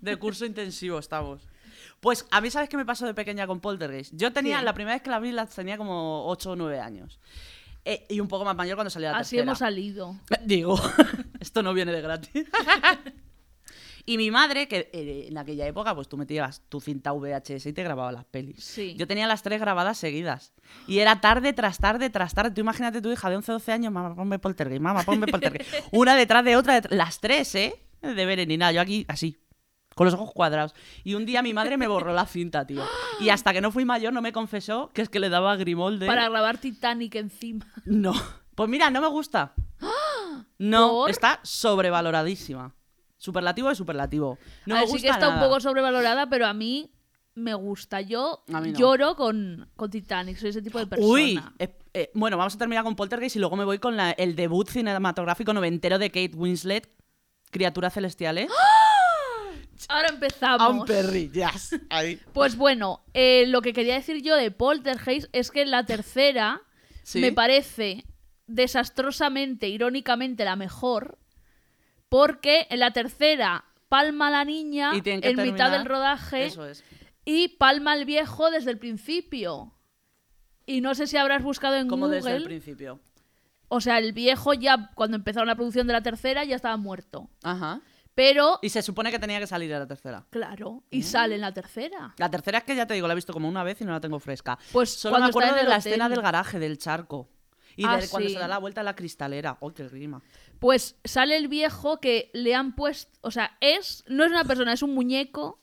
Speaker 1: De curso intensivo estamos. Pues a mí, ¿sabes qué me pasó de pequeña con Poltergeist? Yo tenía,
Speaker 2: ¿Qué?
Speaker 1: la primera vez que la vi, la tenía como 8 o 9 años. Eh, y un poco más mayor cuando salía la
Speaker 2: Así
Speaker 1: tercera. Eh,
Speaker 2: hemos salido.
Speaker 1: Digo, esto no viene de gratis. y mi madre, que eh, en aquella época, pues tú metías tu cinta VHS y te grababa las pelis.
Speaker 2: Sí.
Speaker 1: Yo tenía las tres grabadas seguidas. Y era tarde tras tarde tras tarde. Tú imagínate tu hija de 11, 12 años, mamá, ponme Poltergeist, mamá, ponme Poltergeist. Una detrás de otra, detr- las tres, ¿eh? De Beren y nada, yo aquí así. Con los ojos cuadrados. Y un día mi madre me borró la cinta, tío. Y hasta que no fui mayor no me confesó que es que le daba grimolde.
Speaker 2: Para grabar Titanic encima.
Speaker 1: No. Pues mira, no me gusta. No,
Speaker 2: ¿Por?
Speaker 1: está sobrevaloradísima. Superlativo de superlativo. No me
Speaker 2: Así
Speaker 1: gusta
Speaker 2: que está un
Speaker 1: nada.
Speaker 2: poco sobrevalorada, pero a mí me gusta. Yo
Speaker 1: A mí no.
Speaker 2: lloro con, con Titanic. Soy ese tipo de persona.
Speaker 1: Uy, eh, eh, bueno, vamos a terminar con Poltergeist y luego me voy con la- el debut cinematográfico noventero de Kate Winslet, Criaturas celestiales.
Speaker 2: ¡Ah! Ahora empezamos.
Speaker 1: un perrillas. Ahí.
Speaker 2: Pues bueno, eh, lo que quería decir yo de Poltergeist es que la tercera
Speaker 1: Sí.
Speaker 2: me parece desastrosamente, irónicamente, la mejor. Porque en la tercera palma la niña
Speaker 1: Y
Speaker 2: Ah, en
Speaker 1: tienen que
Speaker 2: mitad
Speaker 1: terminar.
Speaker 2: del rodaje
Speaker 1: Eso es.
Speaker 2: y palma el viejo desde el principio. Y no sé si habrás buscado en
Speaker 1: Como
Speaker 2: Google.
Speaker 1: desde el principio.
Speaker 2: O sea, el viejo ya cuando empezaron la producción de la tercera ya estaba muerto.
Speaker 1: Ajá.
Speaker 2: Pero
Speaker 1: Y ¿Eh? se supone que tenía que salir a la tercera.
Speaker 2: claro, y sale en la tercera.
Speaker 1: La tercera es que ya te digo, la he visto como una vez y no la tengo fresca.
Speaker 2: Pues
Speaker 1: Solo me
Speaker 2: cuando
Speaker 1: acuerdo
Speaker 2: está
Speaker 1: de
Speaker 2: en el
Speaker 1: la
Speaker 2: hotel.
Speaker 1: escena del garaje, del charco. Y
Speaker 2: Ah,
Speaker 1: de cuando
Speaker 2: sí.
Speaker 1: se da la vuelta a la cristalera. ¡Ay, qué rima!
Speaker 2: Pues sale el viejo que le han puesto, o sea, es, no es una persona, es un muñeco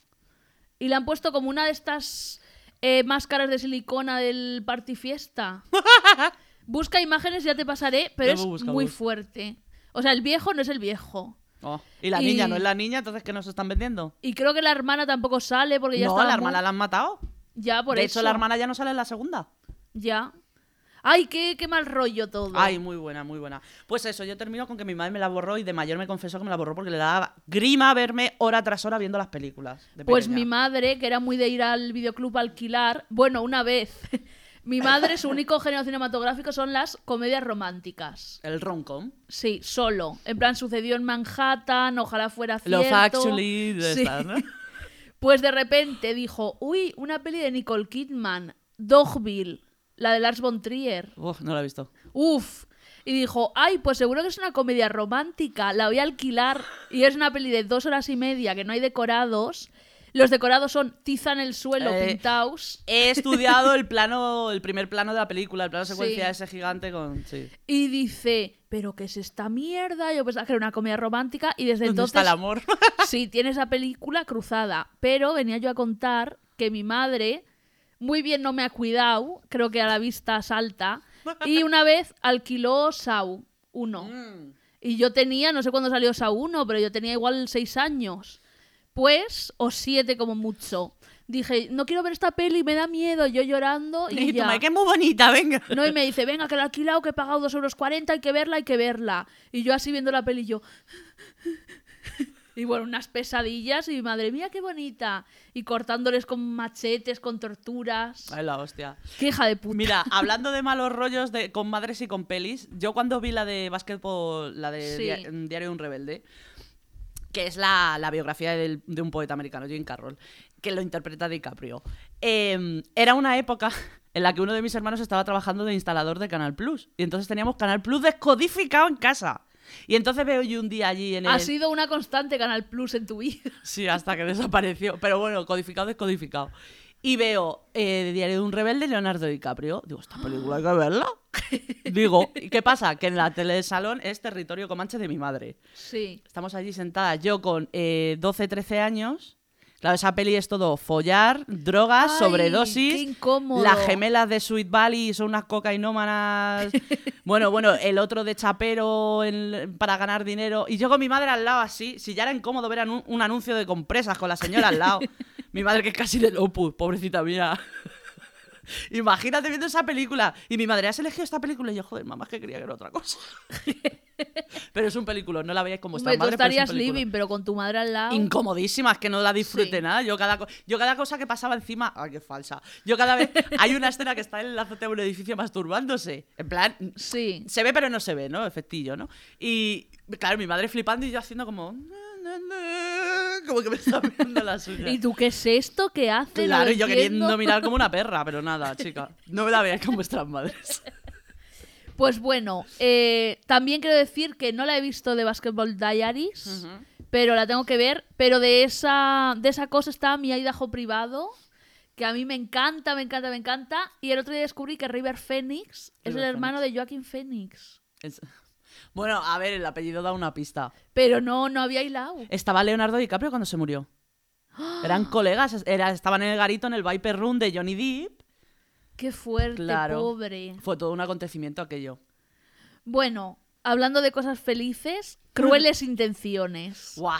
Speaker 2: y le han puesto como una de estas eh, máscaras de silicona del party fiesta. Busca imágenes, ya te pasaré, pero
Speaker 1: Luego
Speaker 2: es
Speaker 1: buscamos.
Speaker 2: muy fuerte. O sea, el viejo no es el viejo.
Speaker 1: Oh, Y la
Speaker 2: Y-
Speaker 1: niña, ¿no es la niña? Entonces, ¿qué nos están vendiendo?
Speaker 2: Y creo que la hermana tampoco sale porque ya
Speaker 1: no,
Speaker 2: estaba
Speaker 1: la
Speaker 2: mu-
Speaker 1: hermana la han matado.
Speaker 2: Ya por
Speaker 1: de
Speaker 2: eso.
Speaker 1: hecho, la hermana ya no sale en la segunda.
Speaker 2: Ya. Ay, qué, qué mal rollo todo.
Speaker 1: Ay, muy buena, muy buena. Pues eso, yo termino con que mi madre me la borró y de mayor me confesó que me la borró porque le daba grima verme hora tras hora viendo las películas. de
Speaker 2: Pues
Speaker 1: pequeña.
Speaker 2: mi madre, que era muy de ir al videoclub a alquilar, bueno, una vez. Mi madre, su único género cinematográfico son las comedias románticas.
Speaker 1: El roncom.
Speaker 2: Sí, solo. En plan, sucedió en Manhattan, ojalá fuera cierto.
Speaker 1: Love Actually, de
Speaker 2: Sí.
Speaker 1: estas, ¿no?
Speaker 2: Pues de repente dijo, uy, una peli de Nicole Kidman, Dogville, la de Lars von Trier.
Speaker 1: Uf, no la he visto.
Speaker 2: Uf. Y dijo, ay, pues seguro que es una comedia romántica, la voy a alquilar. Y es una peli de dos horas y media que no hay decorados. Los decorados son tiza en el suelo,
Speaker 1: Eh,
Speaker 2: pintaos.
Speaker 1: He estudiado el plano, el primer plano de la película, el plano secuencia
Speaker 2: Sí.
Speaker 1: de ese gigante con. Sí.
Speaker 2: Y dice, pero ¿qué es esta mierda? Yo pensaba que era una comedia romántica. Y desde
Speaker 1: ¿Dónde
Speaker 2: entonces,
Speaker 1: está el amor?
Speaker 2: sí, tiene esa película cruzada. Pero venía yo a contar que mi madre, muy bien no me ha cuidado, creo que a la vista salta. Y una vez alquiló Sau
Speaker 1: Mm.
Speaker 2: uno. Y yo tenía, no sé cuándo salió esa 1, pero yo tenía igual 6 años. Pues, o 7 como mucho. Dije, no quiero ver esta peli, me da miedo. Yo llorando y,
Speaker 1: y tu
Speaker 2: ya.
Speaker 1: madre, que es muy bonita, venga.
Speaker 2: No, y me dice, venga, que la he alquilado, que he pagado 2,40 euros, hay que verla, hay que verla. Y yo así viendo la peli, yo... Y bueno, unas pesadillas y madre mía, qué bonita. Y cortándoles con machetes, con torturas.
Speaker 1: Ay, la hostia.
Speaker 2: Qué hija de puta.
Speaker 1: Mira, hablando de malos rollos de, con madres y con pelis, yo cuando vi la de básquetbol, la de
Speaker 2: Sí.
Speaker 1: Dia- mm, Diario de un Rebelde, que es la, la biografía del- de un poeta americano, Jim Carroll, que lo interpreta DiCaprio, eh, era una época en la que uno de mis hermanos estaba trabajando de instalador de Canal Plus. Y entonces teníamos Canal Plus descodificado en casa. Y entonces veo yo un día allí en el...
Speaker 2: Ha sido una constante Canal Plus en tu vida.
Speaker 1: Sí, hasta que desapareció. Pero bueno, codificado, descodificado. Y veo eh, Diario de un Rebelde, Leonardo DiCaprio. Digo, esta película hay que verla. Digo, ¿y qué pasa? Que en la tele del salón es territorio comanche de mi madre.
Speaker 2: Sí.
Speaker 1: Estamos allí sentadas, yo con eh, 12, 13 años. Claro, esa peli es todo follar, drogas,
Speaker 2: Ay,
Speaker 1: sobredosis.
Speaker 2: qué incómodo.
Speaker 1: Las gemelas de Sweet Valley son unas cocainómanas. bueno, bueno, el otro de chapero en- para ganar dinero. Y yo con mi madre al lado así, si ya era incómodo ver anu- un anuncio de compresas con la señora al lado. mi madre que es casi del opus, pobrecita mía. Imagínate viendo esa película. Y mi madre, ¿has elegido esta película? Y yo, joder, mamá, es que quería que era otra cosa. pero es un película, no la veáis como vuestra
Speaker 2: Hombre, tú
Speaker 1: madre. pero es un
Speaker 2: estarías
Speaker 1: peliculón
Speaker 2: living, pero con tu madre al lado.
Speaker 1: incomodísima, es que no la disfruté
Speaker 2: Sí.
Speaker 1: nada. Yo cada, co- yo cada cosa que pasaba encima, ay, qué falsa. Yo cada vez hay una escena que está en la azotea de un edificio masturbándose. En plan,
Speaker 2: Sí.
Speaker 1: se ve pero no se ve, ¿no? Efectillo, ¿no? Y claro, mi madre flipando y yo haciendo como como que me está mirando la suya.
Speaker 2: ¿Y tú qué es esto que hace? No
Speaker 1: Claro,
Speaker 2: lo
Speaker 1: y yo
Speaker 2: entiendo.
Speaker 1: queriendo mirar como una perra, pero nada, chica. No me la veáis con vuestras madres.
Speaker 2: Pues bueno, eh, también quiero decir que no la he visto de Basketball Diaries, pero la tengo que ver. Pero de esa, de esa cosa está mi Aidaho privado, que a mí me encanta, me encanta, me encanta. Y el otro día descubrí que River Phoenix es el
Speaker 1: River
Speaker 2: hermano de Joaquín Phoenix.
Speaker 1: Es- Bueno, a ver, el apellido da una pista.
Speaker 2: Pero no, no había hilado.
Speaker 1: Estaba Leonardo DiCaprio cuando se murió. Eran colegas, es- era- estaban en el garito en el Viper Room de Johnny Depp.
Speaker 2: Qué fuerte,
Speaker 1: Claro.
Speaker 2: pobre.
Speaker 1: Fue todo un acontecimiento aquello.
Speaker 2: Bueno, hablando de cosas felices, crueles intenciones.
Speaker 1: ¡Guau!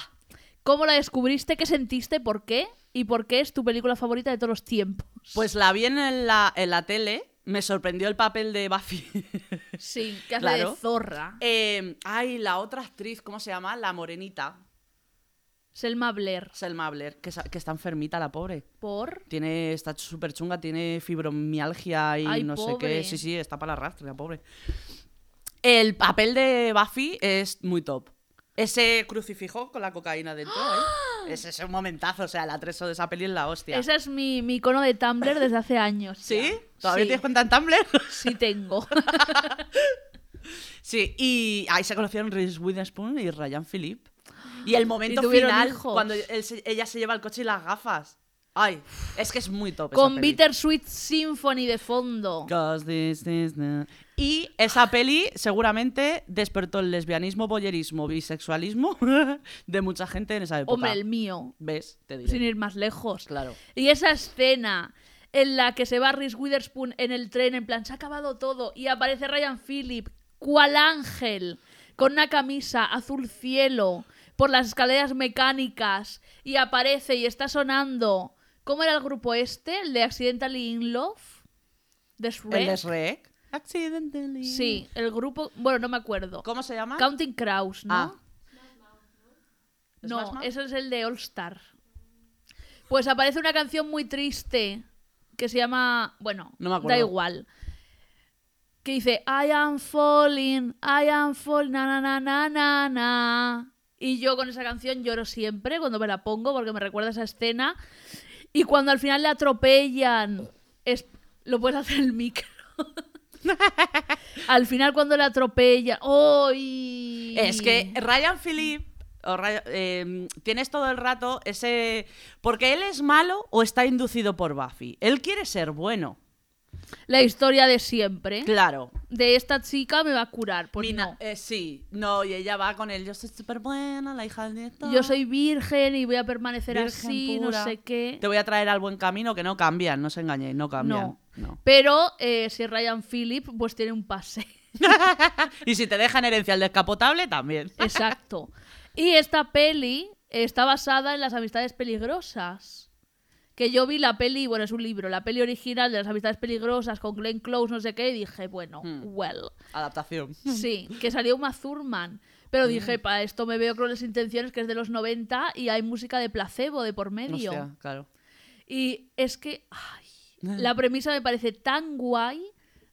Speaker 2: ¿Cómo la descubriste? ¿Qué sentiste? ¿Por qué? ¿Y por qué es tu película favorita de todos los tiempos?
Speaker 1: Pues la vi en la, en la tele, me sorprendió el papel de Buffy.
Speaker 2: Sí, que hace
Speaker 1: Claro.
Speaker 2: de zorra.
Speaker 1: Eh, ay, la otra actriz, ¿cómo se llama? La morenita,
Speaker 2: Selma Blair.
Speaker 1: Selma Blair, que, sa- que está enfermita la pobre.
Speaker 2: Por.
Speaker 1: Tiene, está súper chunga, tiene fibromialgia y
Speaker 2: Ay,
Speaker 1: no sé
Speaker 2: pobre.
Speaker 1: qué. Sí, sí, está para la rastre, la pobre. El papel de Buffy es muy top. Ese crucifijo con la cocaína dentro, ¿eh? Ese es un momentazo, o sea, el atrezo de esa peli es la hostia.
Speaker 2: Esa ¡Ah! es mi, mi icono de Tumblr desde hace años.
Speaker 1: ¿Sí?
Speaker 2: ya.
Speaker 1: ¿Todavía
Speaker 2: Sí,
Speaker 1: tienes cuenta en Tumblr?
Speaker 2: Sí, tengo.
Speaker 1: Sí, y ahí se conocieron Reese Witherspoon y Ryan Phillip. Y el momento
Speaker 2: Y tuvieron
Speaker 1: final,
Speaker 2: hijos.
Speaker 1: cuando él se- ella se lleva el coche y las gafas. Ay, es que es muy top. esa
Speaker 2: Con
Speaker 1: peli.
Speaker 2: Bittersweet Symphony de fondo.
Speaker 1: 'Cause this is the- Y esa peli seguramente despertó el lesbianismo, boyerismo, bisexualismo de mucha gente en esa época.
Speaker 2: Hombre, el mío.
Speaker 1: ¿Ves? Te diré.
Speaker 2: Sin ir más lejos.
Speaker 1: Claro.
Speaker 2: Y esa escena en la que se va Reese Witherspoon en el tren, en plan, se ha acabado todo, y aparece Ryan Phillip, cual ángel, con una camisa azul cielo, por las escaleras mecánicas, y aparece y está sonando. ¿Cómo era el grupo este? ¿El de Accidentally in Love? ¿De Shrek?
Speaker 1: El de Shrek. Accidentally.
Speaker 2: Sí, el grupo. Bueno, no me acuerdo.
Speaker 1: ¿Cómo se llama?
Speaker 2: Counting Crows, ¿no?
Speaker 1: Ah.
Speaker 2: No,
Speaker 1: ¿Smash Mouth?
Speaker 2: ese es el de All Star. Pues aparece una canción muy triste que se llama. Bueno,
Speaker 1: No me acuerdo.
Speaker 2: da igual. Que dice I am falling, I am falling, na na na na na na. Y yo con esa canción lloro siempre cuando me la pongo porque me recuerda esa escena. Y cuando al final le atropellan. es- Lo puedes hacer el micro. al final cuando le atropellan. ¡Ay!
Speaker 1: Es que eh, Ryan Phillip o Ry- eh, tienes todo el rato ese... Porque él es malo o está inducido por Buffy. Él quiere ser bueno.
Speaker 2: la historia de siempre.
Speaker 1: Claro.
Speaker 2: De esta chica me va a curar. Pues
Speaker 1: Mina-
Speaker 2: no.
Speaker 1: eh, sí, no, y ella va con él. Yo soy súper buena, la hija del director.
Speaker 2: Yo soy virgen y voy a permanecer
Speaker 1: eh, Virgen
Speaker 2: así,
Speaker 1: pura.
Speaker 2: no sé qué.
Speaker 1: Te voy a traer al buen camino, que no cambian, no os engañéis, no cambian.
Speaker 2: No.
Speaker 1: No.
Speaker 2: Pero eh, si Ryan Phillip, pues tiene un pase.
Speaker 1: Y si te dejan herencia el descapotable, también.
Speaker 2: Exacto. Y esta peli está basada en las amistades peligrosas. Que yo vi la peli, bueno, es un libro, la peli original de las amistades peligrosas con Glenn Close, no sé qué, y dije, bueno,
Speaker 1: Hmm.
Speaker 2: well.
Speaker 1: Adaptación.
Speaker 2: Sí, que salió Uma Thurman.
Speaker 1: Hmm.
Speaker 2: Pero dije, para esto me veo con las intenciones que es de los 90 y hay música de placebo de por medio.
Speaker 1: Hostia, claro.
Speaker 2: Y es que ay, la premisa me parece tan guay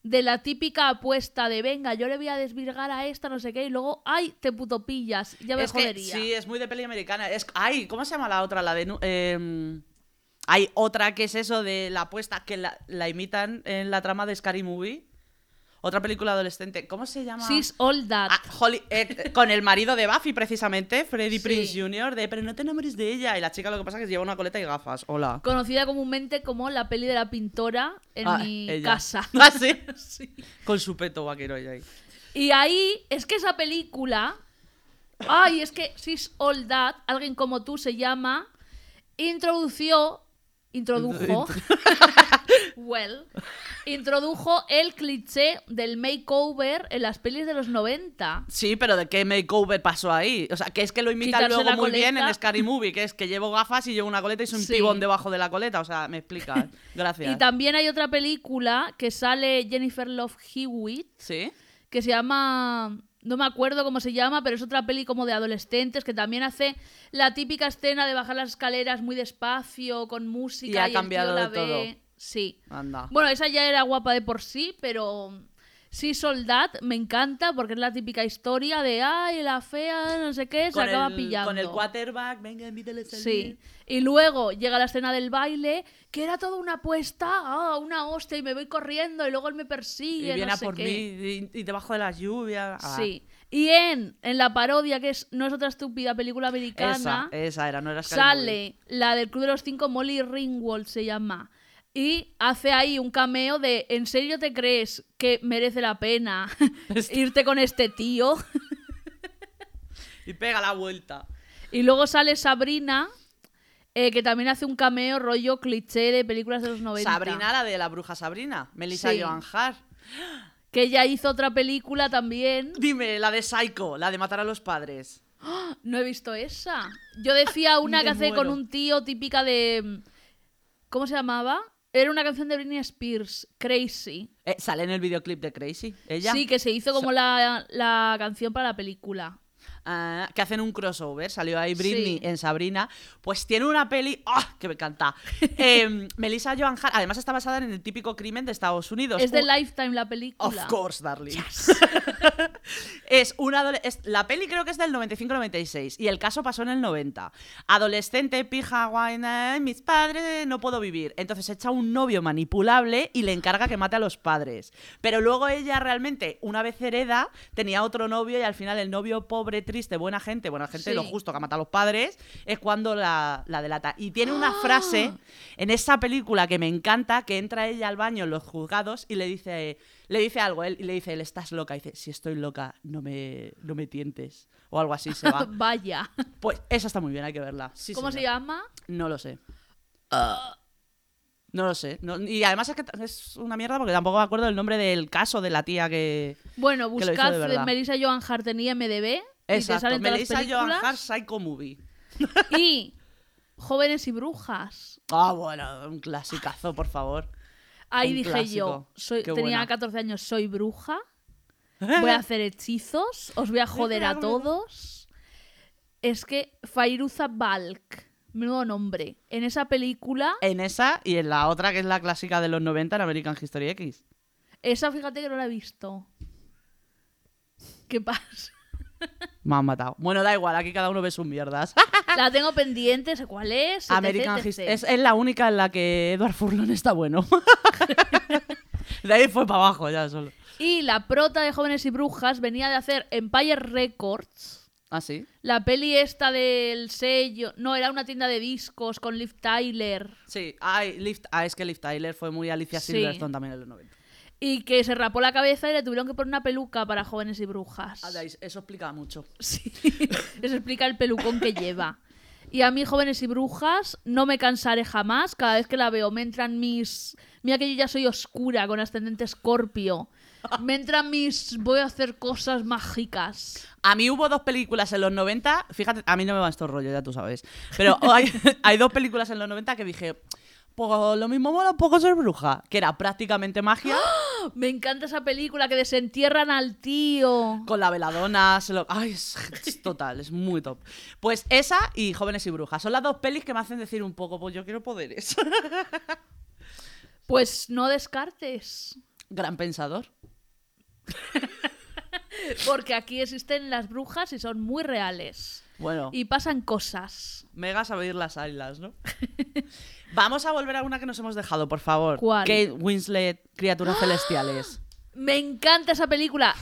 Speaker 2: de la típica apuesta de venga, yo le voy a desvirgar a esta, no sé qué, y luego, ay, te puto pillas, ya me
Speaker 1: es que,
Speaker 2: jodería.
Speaker 1: sí, es muy de peli americana. Es, ay, ¿cómo se llama la otra? La de. nu- em, hay otra que es eso de la apuesta que la, la imitan en la trama de Scary Movie. Otra película adolescente. ¿Cómo se llama?
Speaker 2: Sis all that.
Speaker 1: Ah, Holly- eh, con el marido de Buffy, precisamente, Freddy
Speaker 2: Sí.
Speaker 1: Prince Jr., de pero no te enamores de ella. Y la chica lo que pasa es que lleva una coleta y gafas. Hola.
Speaker 2: Conocida comúnmente como la peli de la pintora en
Speaker 1: Ah,
Speaker 2: mi
Speaker 1: ella.
Speaker 2: casa.
Speaker 1: Ah, sí.
Speaker 2: Sí.
Speaker 1: Con su peto vaquero ella ahí.
Speaker 2: Y ahí es que esa película. Ay, es que Sis All That, alguien como tú se llama, introdució. Introdujo. well. Introdujo el cliché del makeover en las pelis de los 90.
Speaker 1: Sí, pero ¿de qué makeover pasó ahí? O sea, que es que lo imitan
Speaker 2: Quitarse
Speaker 1: luego
Speaker 2: la
Speaker 1: muy bien
Speaker 2: coleta.
Speaker 1: en Scary Movie, que es que llevo gafas y llevo una coleta y soy un
Speaker 2: Sí.
Speaker 1: pibón debajo de la coleta. O sea, me explicas. Gracias.
Speaker 2: Y también hay otra película que sale Jennifer Love Hewitt,
Speaker 1: ¿Sí?
Speaker 2: que se llama. No me acuerdo cómo se llama, pero es otra peli como de adolescentes que también hace la típica escena de bajar las escaleras muy despacio, con música.
Speaker 1: Y ha
Speaker 2: el
Speaker 1: cambiado
Speaker 2: tío la
Speaker 1: de todo. Ah.
Speaker 2: ve. Sí.
Speaker 1: Anda.
Speaker 2: Bueno, esa ya era guapa de por sí, pero. Sí, Soldat me encanta porque es la típica historia de ay, la fea, no sé qué, se
Speaker 1: con,
Speaker 2: acaba
Speaker 1: el,
Speaker 2: pillando.
Speaker 1: con el quarterback, venga, invítale a salir.
Speaker 2: Sí. Y luego llega la escena del baile, que era toda una apuesta, ah, una hostia, y me voy corriendo, y luego él me
Speaker 1: Y
Speaker 2: persigue.
Speaker 1: viene
Speaker 2: no
Speaker 1: a
Speaker 2: sé
Speaker 1: por
Speaker 2: qué.
Speaker 1: mí y, y debajo de las lluvias. Ah,
Speaker 2: Sí. Y en, en la parodia, que es No es otra estúpida película
Speaker 1: Esa,
Speaker 2: americana,
Speaker 1: esa era, no era Scary Movie.
Speaker 2: sale la del Club de los Cinco, Molly Ringwald se llama. Y hace ahí un cameo de ¿En serio te crees que merece la pena irte con este tío?
Speaker 1: Y pega la vuelta.
Speaker 2: Y luego sale Sabrina, eh, que también hace un cameo rollo cliché de películas de los 90.
Speaker 1: Sabrina, la de la bruja Sabrina. Melissa
Speaker 2: Sí.
Speaker 1: Joan Hart.
Speaker 2: Que ella hizo otra película también.
Speaker 1: Dime, la de Psycho, la de matar a los padres.
Speaker 2: No he visto esa. Yo decía una
Speaker 1: Me
Speaker 2: que hace con
Speaker 1: muero.
Speaker 2: un tío típica de. mm, ¿Cómo se llamaba? Era una canción de Britney Spears, Crazy.
Speaker 1: Eh, sale en el videoclip de Crazy, ella.
Speaker 2: Sí, que se hizo como la, la canción para la película.
Speaker 1: Ah, que hacen un crossover, salió ahí Britney
Speaker 2: Sí.
Speaker 1: en Sabrina, pues tiene una peli ¡ah! que me encanta. Em, Melissa Joan Hart, además está basada en el típico crimen de Estados Unidos.
Speaker 2: Es de
Speaker 1: Un-
Speaker 2: Lifetime la
Speaker 1: Of
Speaker 2: película.
Speaker 1: course, darling. es una adole- es- la peli creo que es del 95-96 y el caso pasó en el 90. Adolescente, pija, guayna, mis padres, no puedo vivir. Entonces echa un novio manipulable y le encarga que mate a los padres. Pero luego ella realmente, una vez hereda, tenía otro novio y al final el novio pobre, triste, buena gente, buena gente,
Speaker 2: Sí.
Speaker 1: lo justo que ha matado a los padres, es cuando la, la delata. Y tiene una frase en esa película que me encanta, que entra ella al baño en los juzgados y le dice, le dice algo, él, y le dice, él, estás loca. Y dice, si estoy loca, no me, no me tientes. O algo así se va.
Speaker 2: Vaya.
Speaker 1: Pues esa está muy bien, hay que verla. Sí,
Speaker 2: ¿Cómo se
Speaker 1: señor.
Speaker 2: llama?
Speaker 1: No lo sé.
Speaker 2: Ah.
Speaker 1: No lo sé. No- y además es que t- es una mierda porque tampoco me acuerdo el nombre del caso de la tía que...
Speaker 2: Bueno,
Speaker 1: Que lo hizo de
Speaker 2: buscad
Speaker 1: verdad.
Speaker 2: Melissa Joan Hart en IMDB y te
Speaker 1: Exacto.
Speaker 2: salen todas las
Speaker 1: Melissa Joan
Speaker 2: películas.
Speaker 1: Hart, Psycho Movie.
Speaker 2: Y Jóvenes y Brujas.
Speaker 1: Ah, bueno, un clasicazo, por favor.
Speaker 2: Ahí
Speaker 1: Un
Speaker 2: dije yo,
Speaker 1: clásico.
Speaker 2: soy,
Speaker 1: Qué
Speaker 2: tenía
Speaker 1: buena.
Speaker 2: 14 años, soy bruja, voy a hacer hechizos, os voy a joder a todos. Es que Fairuza Balk, nuevo nombre, en esa película,
Speaker 1: En esa y en la otra que es la clásica de los 90 en American History X.
Speaker 2: esa fíjate que no la he visto. ¿Qué pasa?
Speaker 1: Me han matado. Bueno, da igual, aquí cada uno ve sus mierdas.
Speaker 2: La tengo pendiente, sé cuál es. etc,
Speaker 1: American
Speaker 2: etc.
Speaker 1: History es, es la única en la que Edward Furlong está bueno. de ahí fue para abajo ya solo.
Speaker 2: Y la prota de Jóvenes y Brujas venía de hacer Empire Records.
Speaker 1: Ah, sí.
Speaker 2: La peli esta del sello. No, era una tienda de discos con Liv Tyler.
Speaker 1: Sí, ay, Liv- ah, es que Liv Tyler fue muy Alicia
Speaker 2: Sí.
Speaker 1: Silverstone también en los 90.
Speaker 2: Y que se rapó la cabeza y le tuvieron que poner una peluca para jóvenes y brujas.
Speaker 1: Ah, de ahí, eso explica mucho.
Speaker 2: Sí. Les explica el pelucón que lleva. Y a mí, jóvenes y brujas, no me cansaré jamás. Cada vez que la veo, me entran mis. Mira que yo ya soy oscura con ascendente escorpio. Me entran mis. Voy a hacer cosas mágicas.
Speaker 1: A mí hubo dos películas en los 90, fíjate, a mí no me van estos rollos, ya tú sabes, pero hay, hay dos películas en los 90 que dije, pues lo mismo mola un poco ser bruja, que era prácticamente magia,
Speaker 2: Me encanta esa película que desentierran al tío.
Speaker 1: con la veladona, se lo... Ay, es, es total, es muy top. Pues esa y Jóvenes y Brujas, son las dos pelis que me hacen decir un poco, pues yo quiero poderes.
Speaker 2: Pues no descartes.
Speaker 1: Gran pensador.
Speaker 2: Porque aquí existen las brujas y son muy reales.
Speaker 1: Bueno,
Speaker 2: Y pasan cosas.
Speaker 1: megas a ver las islas, ¿no? Vamos a volver a una que nos hemos dejado, por favor.
Speaker 2: ¿Cuál?
Speaker 1: Kate Winslet, Criaturas Celestiales.
Speaker 2: Me encanta esa película.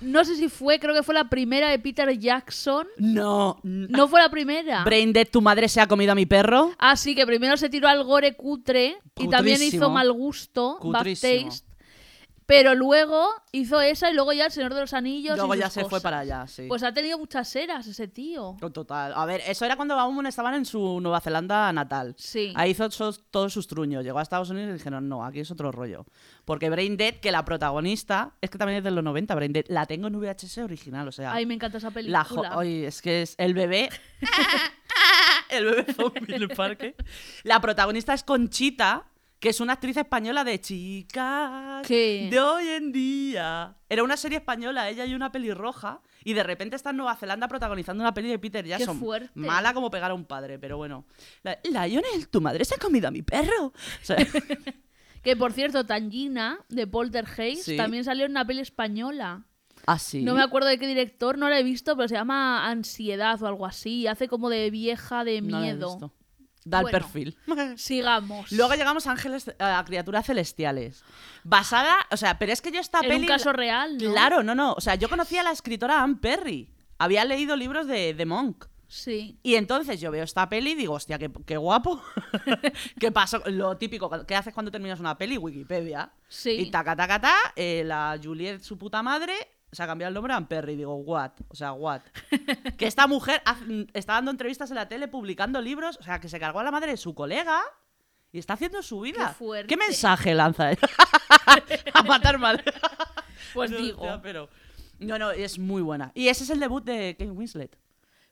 Speaker 2: No sé si fue, creo que fue la primera de Peter Jackson.
Speaker 1: No, no.
Speaker 2: No fue la primera.
Speaker 1: Brain Dead, tu madre se ha comido a mi perro.
Speaker 2: Así que primero se tiró al gore cutre y
Speaker 1: Cutrísimo.
Speaker 2: también hizo mal gusto, bad
Speaker 1: Cutrísimo.
Speaker 2: taste. Pero luego hizo esa y luego ya El Señor de los Anillos. y
Speaker 1: Luego ya
Speaker 2: sus
Speaker 1: se fue
Speaker 2: cosas.
Speaker 1: para allá, sí.
Speaker 2: Pues ha tenido muchas eras ese tío.
Speaker 1: Oh, Total. A ver, eso era cuando Bauman estaban en su Nueva Zelanda natal.
Speaker 2: Sí.
Speaker 1: Ahí hizo so- todos sus truños. Llegó a Estados Unidos y dijeron, no, aquí es otro rollo. Porque Brain Dead, que la protagonista, es que también es de los 90, Brain Dead, la tengo en VHS original, o sea.
Speaker 2: Ay, me encanta esa película.
Speaker 1: la jo- Oye, es que es el bebé. el bebé zombie en el parque. La protagonista es Conchita, que es una actriz española de chicas
Speaker 2: ¿Qué?
Speaker 1: de hoy en día. Era una serie española, ella y una pelirroja, y de repente está en Nueva Zelanda protagonizando una peli de Peter Jackson.
Speaker 2: fuerte.
Speaker 1: Mala como pegar a un padre, pero bueno. La, Lionel, tu madre se ha comido a mi perro. O sea,
Speaker 2: Que por cierto, Tangina, de Poltergeist,
Speaker 1: Sí.
Speaker 2: también salió en una peli española.
Speaker 1: así.
Speaker 2: No me acuerdo de qué director, no la he visto, pero se llama Ansiedad o algo así. Hace como de vieja de
Speaker 1: No la he
Speaker 2: miedo.
Speaker 1: visto. Da
Speaker 2: Bueno.
Speaker 1: el perfil.
Speaker 2: Sigamos.
Speaker 1: Luego llegamos a ángeles, eh, a criaturas celestiales. Basada, o sea, pero es que yo esta
Speaker 2: en
Speaker 1: peli.
Speaker 2: un caso real, ¿no?
Speaker 1: Claro, no, no. O sea, yo conocía a la escritora Anne Perry. Había leído libros de, de Monk.
Speaker 2: Sí.
Speaker 1: Y entonces yo veo esta peli y digo, hostia, qué, qué guapo. ¿Qué pasó? Lo típico, ¿qué haces cuando terminas una peli? Wikipedia.
Speaker 2: Sí.
Speaker 1: Y taca, taca, ta, eh, la Juliet, su puta madre, se ha cambiado el nombre a Anne Perry. Digo, what? O sea, what? que esta mujer hace- está dando entrevistas en la tele, publicando libros, o sea, que se cargó a la madre de su colega y está haciendo su vida.
Speaker 2: Qué fuerte.
Speaker 1: mensaje lanza ella? a matar madre.
Speaker 2: Pues
Speaker 1: No,
Speaker 2: digo.
Speaker 1: hostia, pero... No, no, es muy buena. Y ese es el debut de Kate Winslet.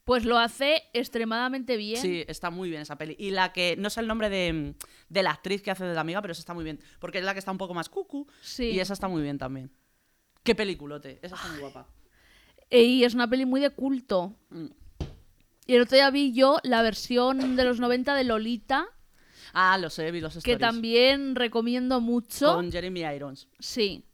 Speaker 2: Pues lo hace extremadamente bien.
Speaker 1: Sí, está muy bien esa peli. Y la que, no sé el nombre de, de la actriz que hace de la amiga, pero esa está muy bien. Porque es la que está un poco más cucu.
Speaker 2: Sí.
Speaker 1: Y esa está muy bien también. Qué peliculote. Esa está muy guapa.
Speaker 2: E- Y es una peli muy de culto.
Speaker 1: Mm.
Speaker 2: Y el otro día vi yo la versión de los 90 de Lolita,
Speaker 1: Ah, lo sé, vi los
Speaker 2: que
Speaker 1: stories.
Speaker 2: también recomiendo mucho.
Speaker 1: Con Jeremy Irons.
Speaker 2: Sí.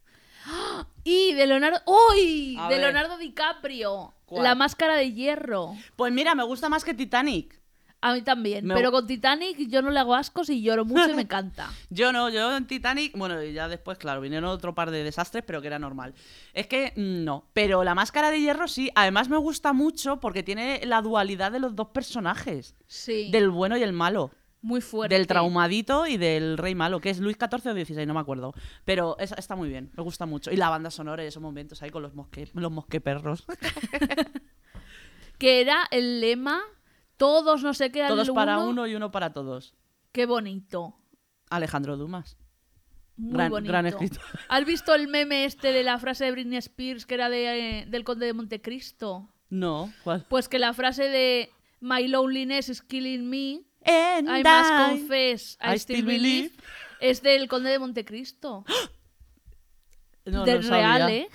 Speaker 2: ¡Ah! Y de Leonardo. ¡Uy!
Speaker 1: A
Speaker 2: De
Speaker 1: ver.
Speaker 2: Leonardo DiCaprio.
Speaker 1: ¿Cuál?
Speaker 2: La máscara de hierro.
Speaker 1: Pues mira, me gusta más que Titanic.
Speaker 2: A mí también.
Speaker 1: Me-
Speaker 2: Pero con Titanic yo no le hago ascos y lloro mucho y me encanta.
Speaker 1: Yo no, yo en Titanic, bueno, y ya después, claro, vinieron otro par de desastres, pero que era normal. Es que mm, no, pero la máscara de hierro sí, además me gusta mucho porque tiene la dualidad de los dos personajes,
Speaker 2: Sí.
Speaker 1: del bueno y el malo,
Speaker 2: Muy fuerte.
Speaker 1: del traumadito y del rey malo, que es Luis XIV o XVI, no me acuerdo, pero esa está muy bien, me gusta mucho. Y la banda sonora y esos momentos ahí con los, mosque, los mosqueperros,
Speaker 2: Que era el lema. Todos no sé qué. al
Speaker 1: todos para uno y uno para todos.
Speaker 2: Qué bonito.
Speaker 1: Alejandro Dumas.
Speaker 2: Muy
Speaker 1: Gran-
Speaker 2: bonito.
Speaker 1: gran escritor.
Speaker 2: ¿Has visto el meme este de la frase de Britney Spears que era de, eh, del Conde de Montecristo?
Speaker 1: No, ¿cuál?
Speaker 2: Pues que la frase de My loneliness is killing me
Speaker 1: And
Speaker 2: I must
Speaker 1: I-
Speaker 2: confess, I,
Speaker 1: I
Speaker 2: still,
Speaker 1: still
Speaker 2: believe.
Speaker 1: believe.
Speaker 2: Es del Conde de Montecristo.
Speaker 1: No,
Speaker 2: del
Speaker 1: no sabía.
Speaker 2: real, ¿eh?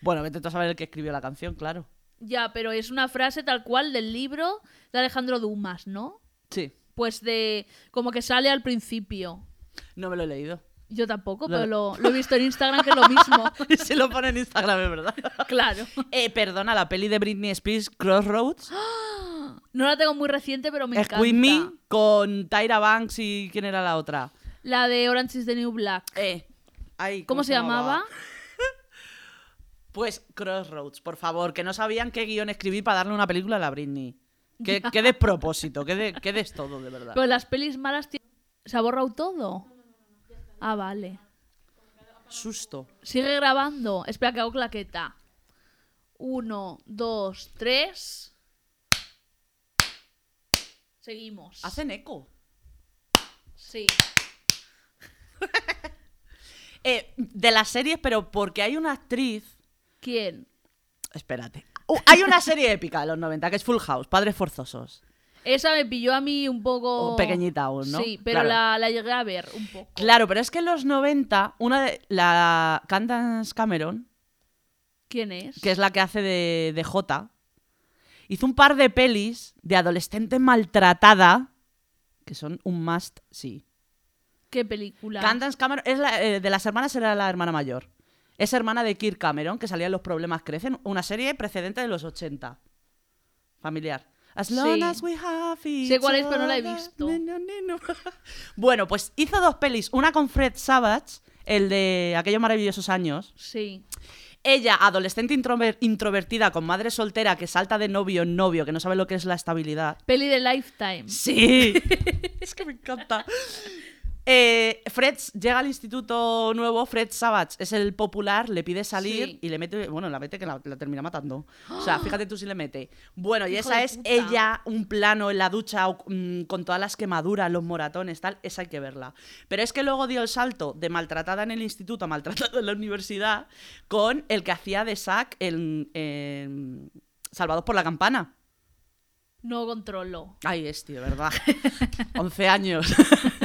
Speaker 1: Bueno, vete tú a saber el que escribió la canción, claro.
Speaker 2: Ya, pero es una frase tal cual del libro de Alejandro Dumas, ¿no?
Speaker 1: Sí.
Speaker 2: Pues de. como que sale al principio.
Speaker 1: No me lo he leído.
Speaker 2: Yo tampoco,
Speaker 1: Lo-
Speaker 2: pero lo, lo he visto en Instagram que es lo mismo.
Speaker 1: Y se lo pone en Instagram, es verdad.
Speaker 2: claro.
Speaker 1: Eh, perdona, la peli de Britney Spears, Crossroads,
Speaker 2: No la tengo muy reciente, pero me encanta.
Speaker 1: Squeeze Me, con Tyra Banks y quién era la otra.
Speaker 2: La de Orange is the New Black.
Speaker 1: Eh, ay,
Speaker 2: ¿Cómo, se llamaba?
Speaker 1: Pues Crossroads, por favor, que no sabían qué guión escribir para darle una película a la Britney. Qué, qué despropósito, qué, de, qué des todo, de verdad.
Speaker 2: Pero las pelis malas ti- se ha borrado todo. Ah, vale.
Speaker 1: Susto.
Speaker 2: Sigue grabando. Espera, que hago claqueta. Uno, dos, tres. Seguimos.
Speaker 1: Hacen eco.
Speaker 2: Sí.
Speaker 1: Eh, de las series, pero porque hay una actriz
Speaker 2: ¿Quién?
Speaker 1: Espérate. Uh, hay una serie épica de los 90 que es Full House, Padres Forzosos.
Speaker 2: Esa me pilló a mí un poco.
Speaker 1: O pequeñita aún, ¿no?
Speaker 2: Sí, pero
Speaker 1: Claro.
Speaker 2: la, la llegué a ver un poco.
Speaker 1: Claro, pero es que en los 90, una de. La Candance Cameron,
Speaker 2: ¿Quién es?
Speaker 1: que es la que hace de, de J, hizo un par de pelis de adolescente maltratada que son un must, sí.
Speaker 2: ¿Qué película?
Speaker 1: Candance Cameron es la- eh, de las hermanas era la hermana mayor. Es hermana de Kirk Cameron, que salía en Los Problemas Crecen, una serie precedente de los 80. Familiar. As long
Speaker 2: Sí.
Speaker 1: as we have
Speaker 2: Sé cuál es, pero no la he
Speaker 1: each other.
Speaker 2: visto.
Speaker 1: Ni, no, ni, no. bueno, pues hizo dos pelis. Una con Fred Savage, el de aquellos maravillosos años.
Speaker 2: Sí.
Speaker 1: Ella, adolescente introver- introvertida con madre soltera que salta de novio en novio, que no sabe lo que es la estabilidad.
Speaker 2: Peli de Lifetime.
Speaker 1: Sí. es que me encanta. Eh, Fred llega al instituto nuevo, Fred Savage es el popular, le pide salir
Speaker 2: Sí.
Speaker 1: y le mete, bueno, la mete que la, la termina matando. O sea, fíjate tú si le mete. Bueno, y
Speaker 2: Hijo
Speaker 1: esa
Speaker 2: de
Speaker 1: es
Speaker 2: puta.
Speaker 1: ella, un plano en la ducha o- mm, con todas las quemaduras, los moratones, tal, esa hay que verla. Pero es que luego dio el salto de maltratada en el instituto a maltratada en la universidad con el que hacía de Zack en, en Salvados por la Campana.
Speaker 2: No controlo.
Speaker 1: Ay, es, tío, ¿verdad? 11 años.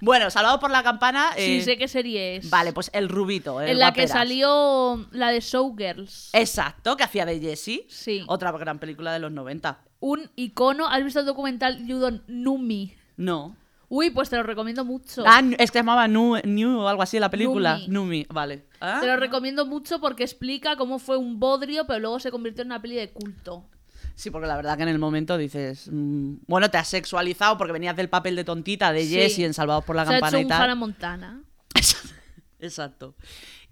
Speaker 1: bueno, salvado por la campana. eh,
Speaker 2: Sí, sé qué serie es.
Speaker 1: Vale, pues el rubito. el
Speaker 2: En la que
Speaker 1: guaperas. Eh,
Speaker 2: salió la de Showgirls.
Speaker 1: Exacto, que hacía de Jessie.
Speaker 2: Sí.
Speaker 1: Otra gran película de los 90.
Speaker 2: Un icono. ¿Has visto el documental Yudon Numi?
Speaker 1: No.
Speaker 2: Uy, pues te lo recomiendo mucho.
Speaker 1: Ah, nu- es que se llamaba Nu- New o algo así la película.
Speaker 2: Numi.
Speaker 1: Numi, vale. Ah.
Speaker 2: Te lo recomiendo mucho porque explica cómo fue un bodrio, pero luego se convirtió en una peli de culto.
Speaker 1: Sí, porque la verdad que en el momento dices. mm, bueno, te has sexualizado porque venías del papel de tontita de
Speaker 2: Sí.
Speaker 1: Jessie en Salvados por la
Speaker 2: se ha
Speaker 1: Campana
Speaker 2: hecho
Speaker 1: y
Speaker 2: un
Speaker 1: tal.
Speaker 2: Hannah Montana.
Speaker 1: Exacto.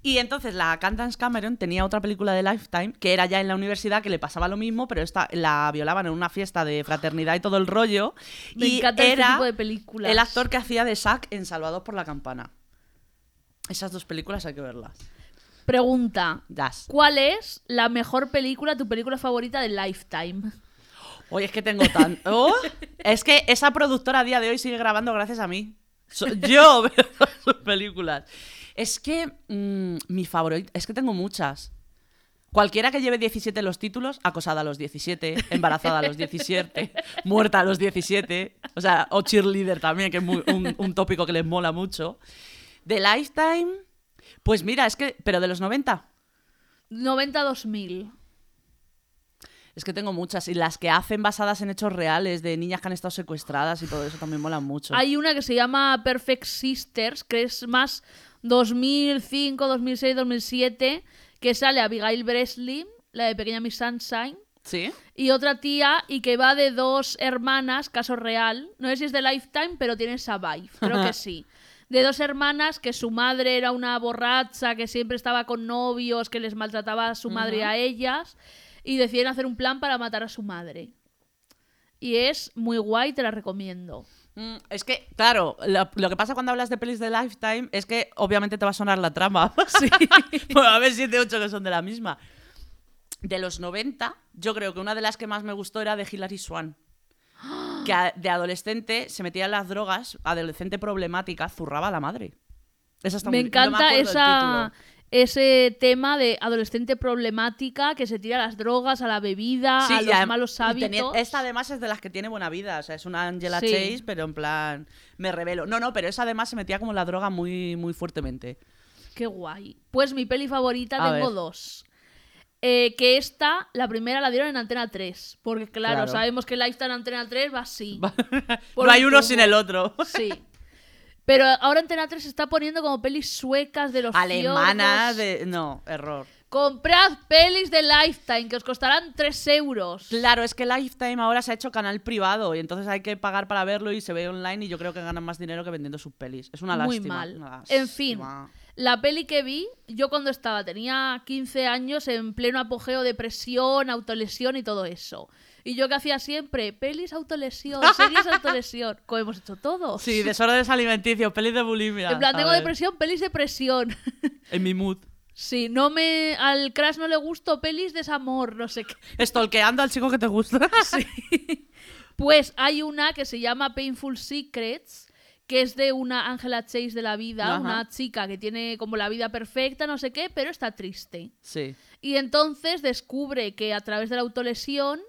Speaker 1: Y entonces la Candance Cameron tenía otra película de Lifetime que era ya en la universidad que le pasaba lo mismo, pero esta la violaban en una fiesta de fraternidad y todo el rollo.
Speaker 2: Me
Speaker 1: y
Speaker 2: encanta este
Speaker 1: era
Speaker 2: tipo de películas.
Speaker 1: el actor que hacía de Zack en Salvados por la Campana. Esas dos películas hay que verlas.
Speaker 2: Pregunta.
Speaker 1: Das.
Speaker 2: ¿Cuál es la mejor película, tu película favorita de Lifetime?
Speaker 1: Oye, es que tengo tan. ¡Oh! Es que esa productora a día de hoy sigue grabando gracias a mí. So- yo veo sus películas. Es que mm, mi favorito. Es que tengo muchas. Cualquiera que lleve 17 en los títulos, acosada a los 17, embarazada a los 17, muerta a los 17, o sea, o cheerleader también, que es muy- un, un tópico que les mola mucho. De Lifetime, pues mira, es que, pero de los 90,
Speaker 2: 92.000.
Speaker 1: es que tengo muchas, y las que hacen basadas en hechos reales, de niñas que han estado secuestradas y todo eso también mola mucho.
Speaker 2: Hay una que se llama Perfect Sisters, que es más 2005, 2006, 2007, que sale Abigail Breslin, la de Pequeña Miss Sunshine,
Speaker 1: ¿Sí?
Speaker 2: y otra tía, y que va de dos hermanas, caso real. No sé si es de Lifetime, pero tiene esa vibe, creo que sí. De dos hermanas que su madre era una borracha, que siempre estaba con novios, que les maltrataba a su madre y a ellas, y deciden hacer un plan para matar a su madre. Y es muy guay, te la recomiendo.
Speaker 1: Mm, Es que, claro, lo, lo que pasa cuando hablas de pelis de Lifetime es que obviamente te va a sonar la trama. Sí. bueno, a ver, 7, 8 que son de la misma. De los 90, yo creo que una de las que más me gustó era de Hilary Swan. Que a- de adolescente se metía en las drogas, adolescente problemática, zurraba a la madre. Esa está
Speaker 2: me
Speaker 1: muy bien. No
Speaker 2: encanta
Speaker 1: acuerdo del
Speaker 2: esa,
Speaker 1: título.
Speaker 2: ese tema de adolescente problemática que se tira a las drogas, a la bebida,
Speaker 1: Sí,
Speaker 2: a
Speaker 1: y
Speaker 2: los
Speaker 1: adem-
Speaker 2: malos
Speaker 1: y tenía-
Speaker 2: hábitos.
Speaker 1: esta además es de las que tiene buena vida, o sea, es una Angela
Speaker 2: Sí.
Speaker 1: Chase, pero en plan, me revelo. No, no, pero esa además se metía como en la droga muy, muy fuertemente.
Speaker 2: Qué guay. Pues mi peli favorita
Speaker 1: A
Speaker 2: tengo
Speaker 1: ver.
Speaker 2: dos. Eh, que esta, la primera la dieron en Antena 3. Porque claro,
Speaker 1: Claro.
Speaker 2: sabemos que Lifetime en Antena 3 va así. Por
Speaker 1: no hay
Speaker 2: un
Speaker 1: uno
Speaker 2: tubo.
Speaker 1: sin el otro.
Speaker 2: Sí. Pero ahora Antena 3 se está poniendo como pelis suecas de los
Speaker 1: Alemana
Speaker 2: fiordos.
Speaker 1: de... No, error.
Speaker 2: Comprad pelis de Lifetime que os costarán 3 euros.
Speaker 1: Claro, es que Lifetime ahora se ha hecho canal privado y entonces hay que pagar para verlo y se ve online y yo creo que ganan más dinero que vendiendo sus pelis. Es una
Speaker 2: Muy
Speaker 1: lástima.
Speaker 2: mal.
Speaker 1: una
Speaker 2: En fin,
Speaker 1: lástima.
Speaker 2: la peli que vi, yo cuando estaba, tenía 15 años en pleno apogeo de presión, autolesión y todo eso. Y yo que hacía siempre, pelis autolesión, series autolesión, como hemos hecho todos.
Speaker 1: Sí, desórdenes alimenticios, pelis de bulimia.
Speaker 2: en plan,
Speaker 1: a
Speaker 2: tengo
Speaker 1: ver,
Speaker 2: depresión, pelis depresión.
Speaker 1: En mi mood.
Speaker 2: sí, no me. Al Crash no le gusto pelis desamor, no sé qué.
Speaker 1: Estolqueando al chico que te gusta.
Speaker 2: Pues hay una que se llama Painful Secrets, que es de una Angela Chase de la vida,
Speaker 1: Ajá.
Speaker 2: una chica que tiene como la vida perfecta, no sé qué, pero está triste.
Speaker 1: Sí.
Speaker 2: Y entonces descubre que a través de la autolesión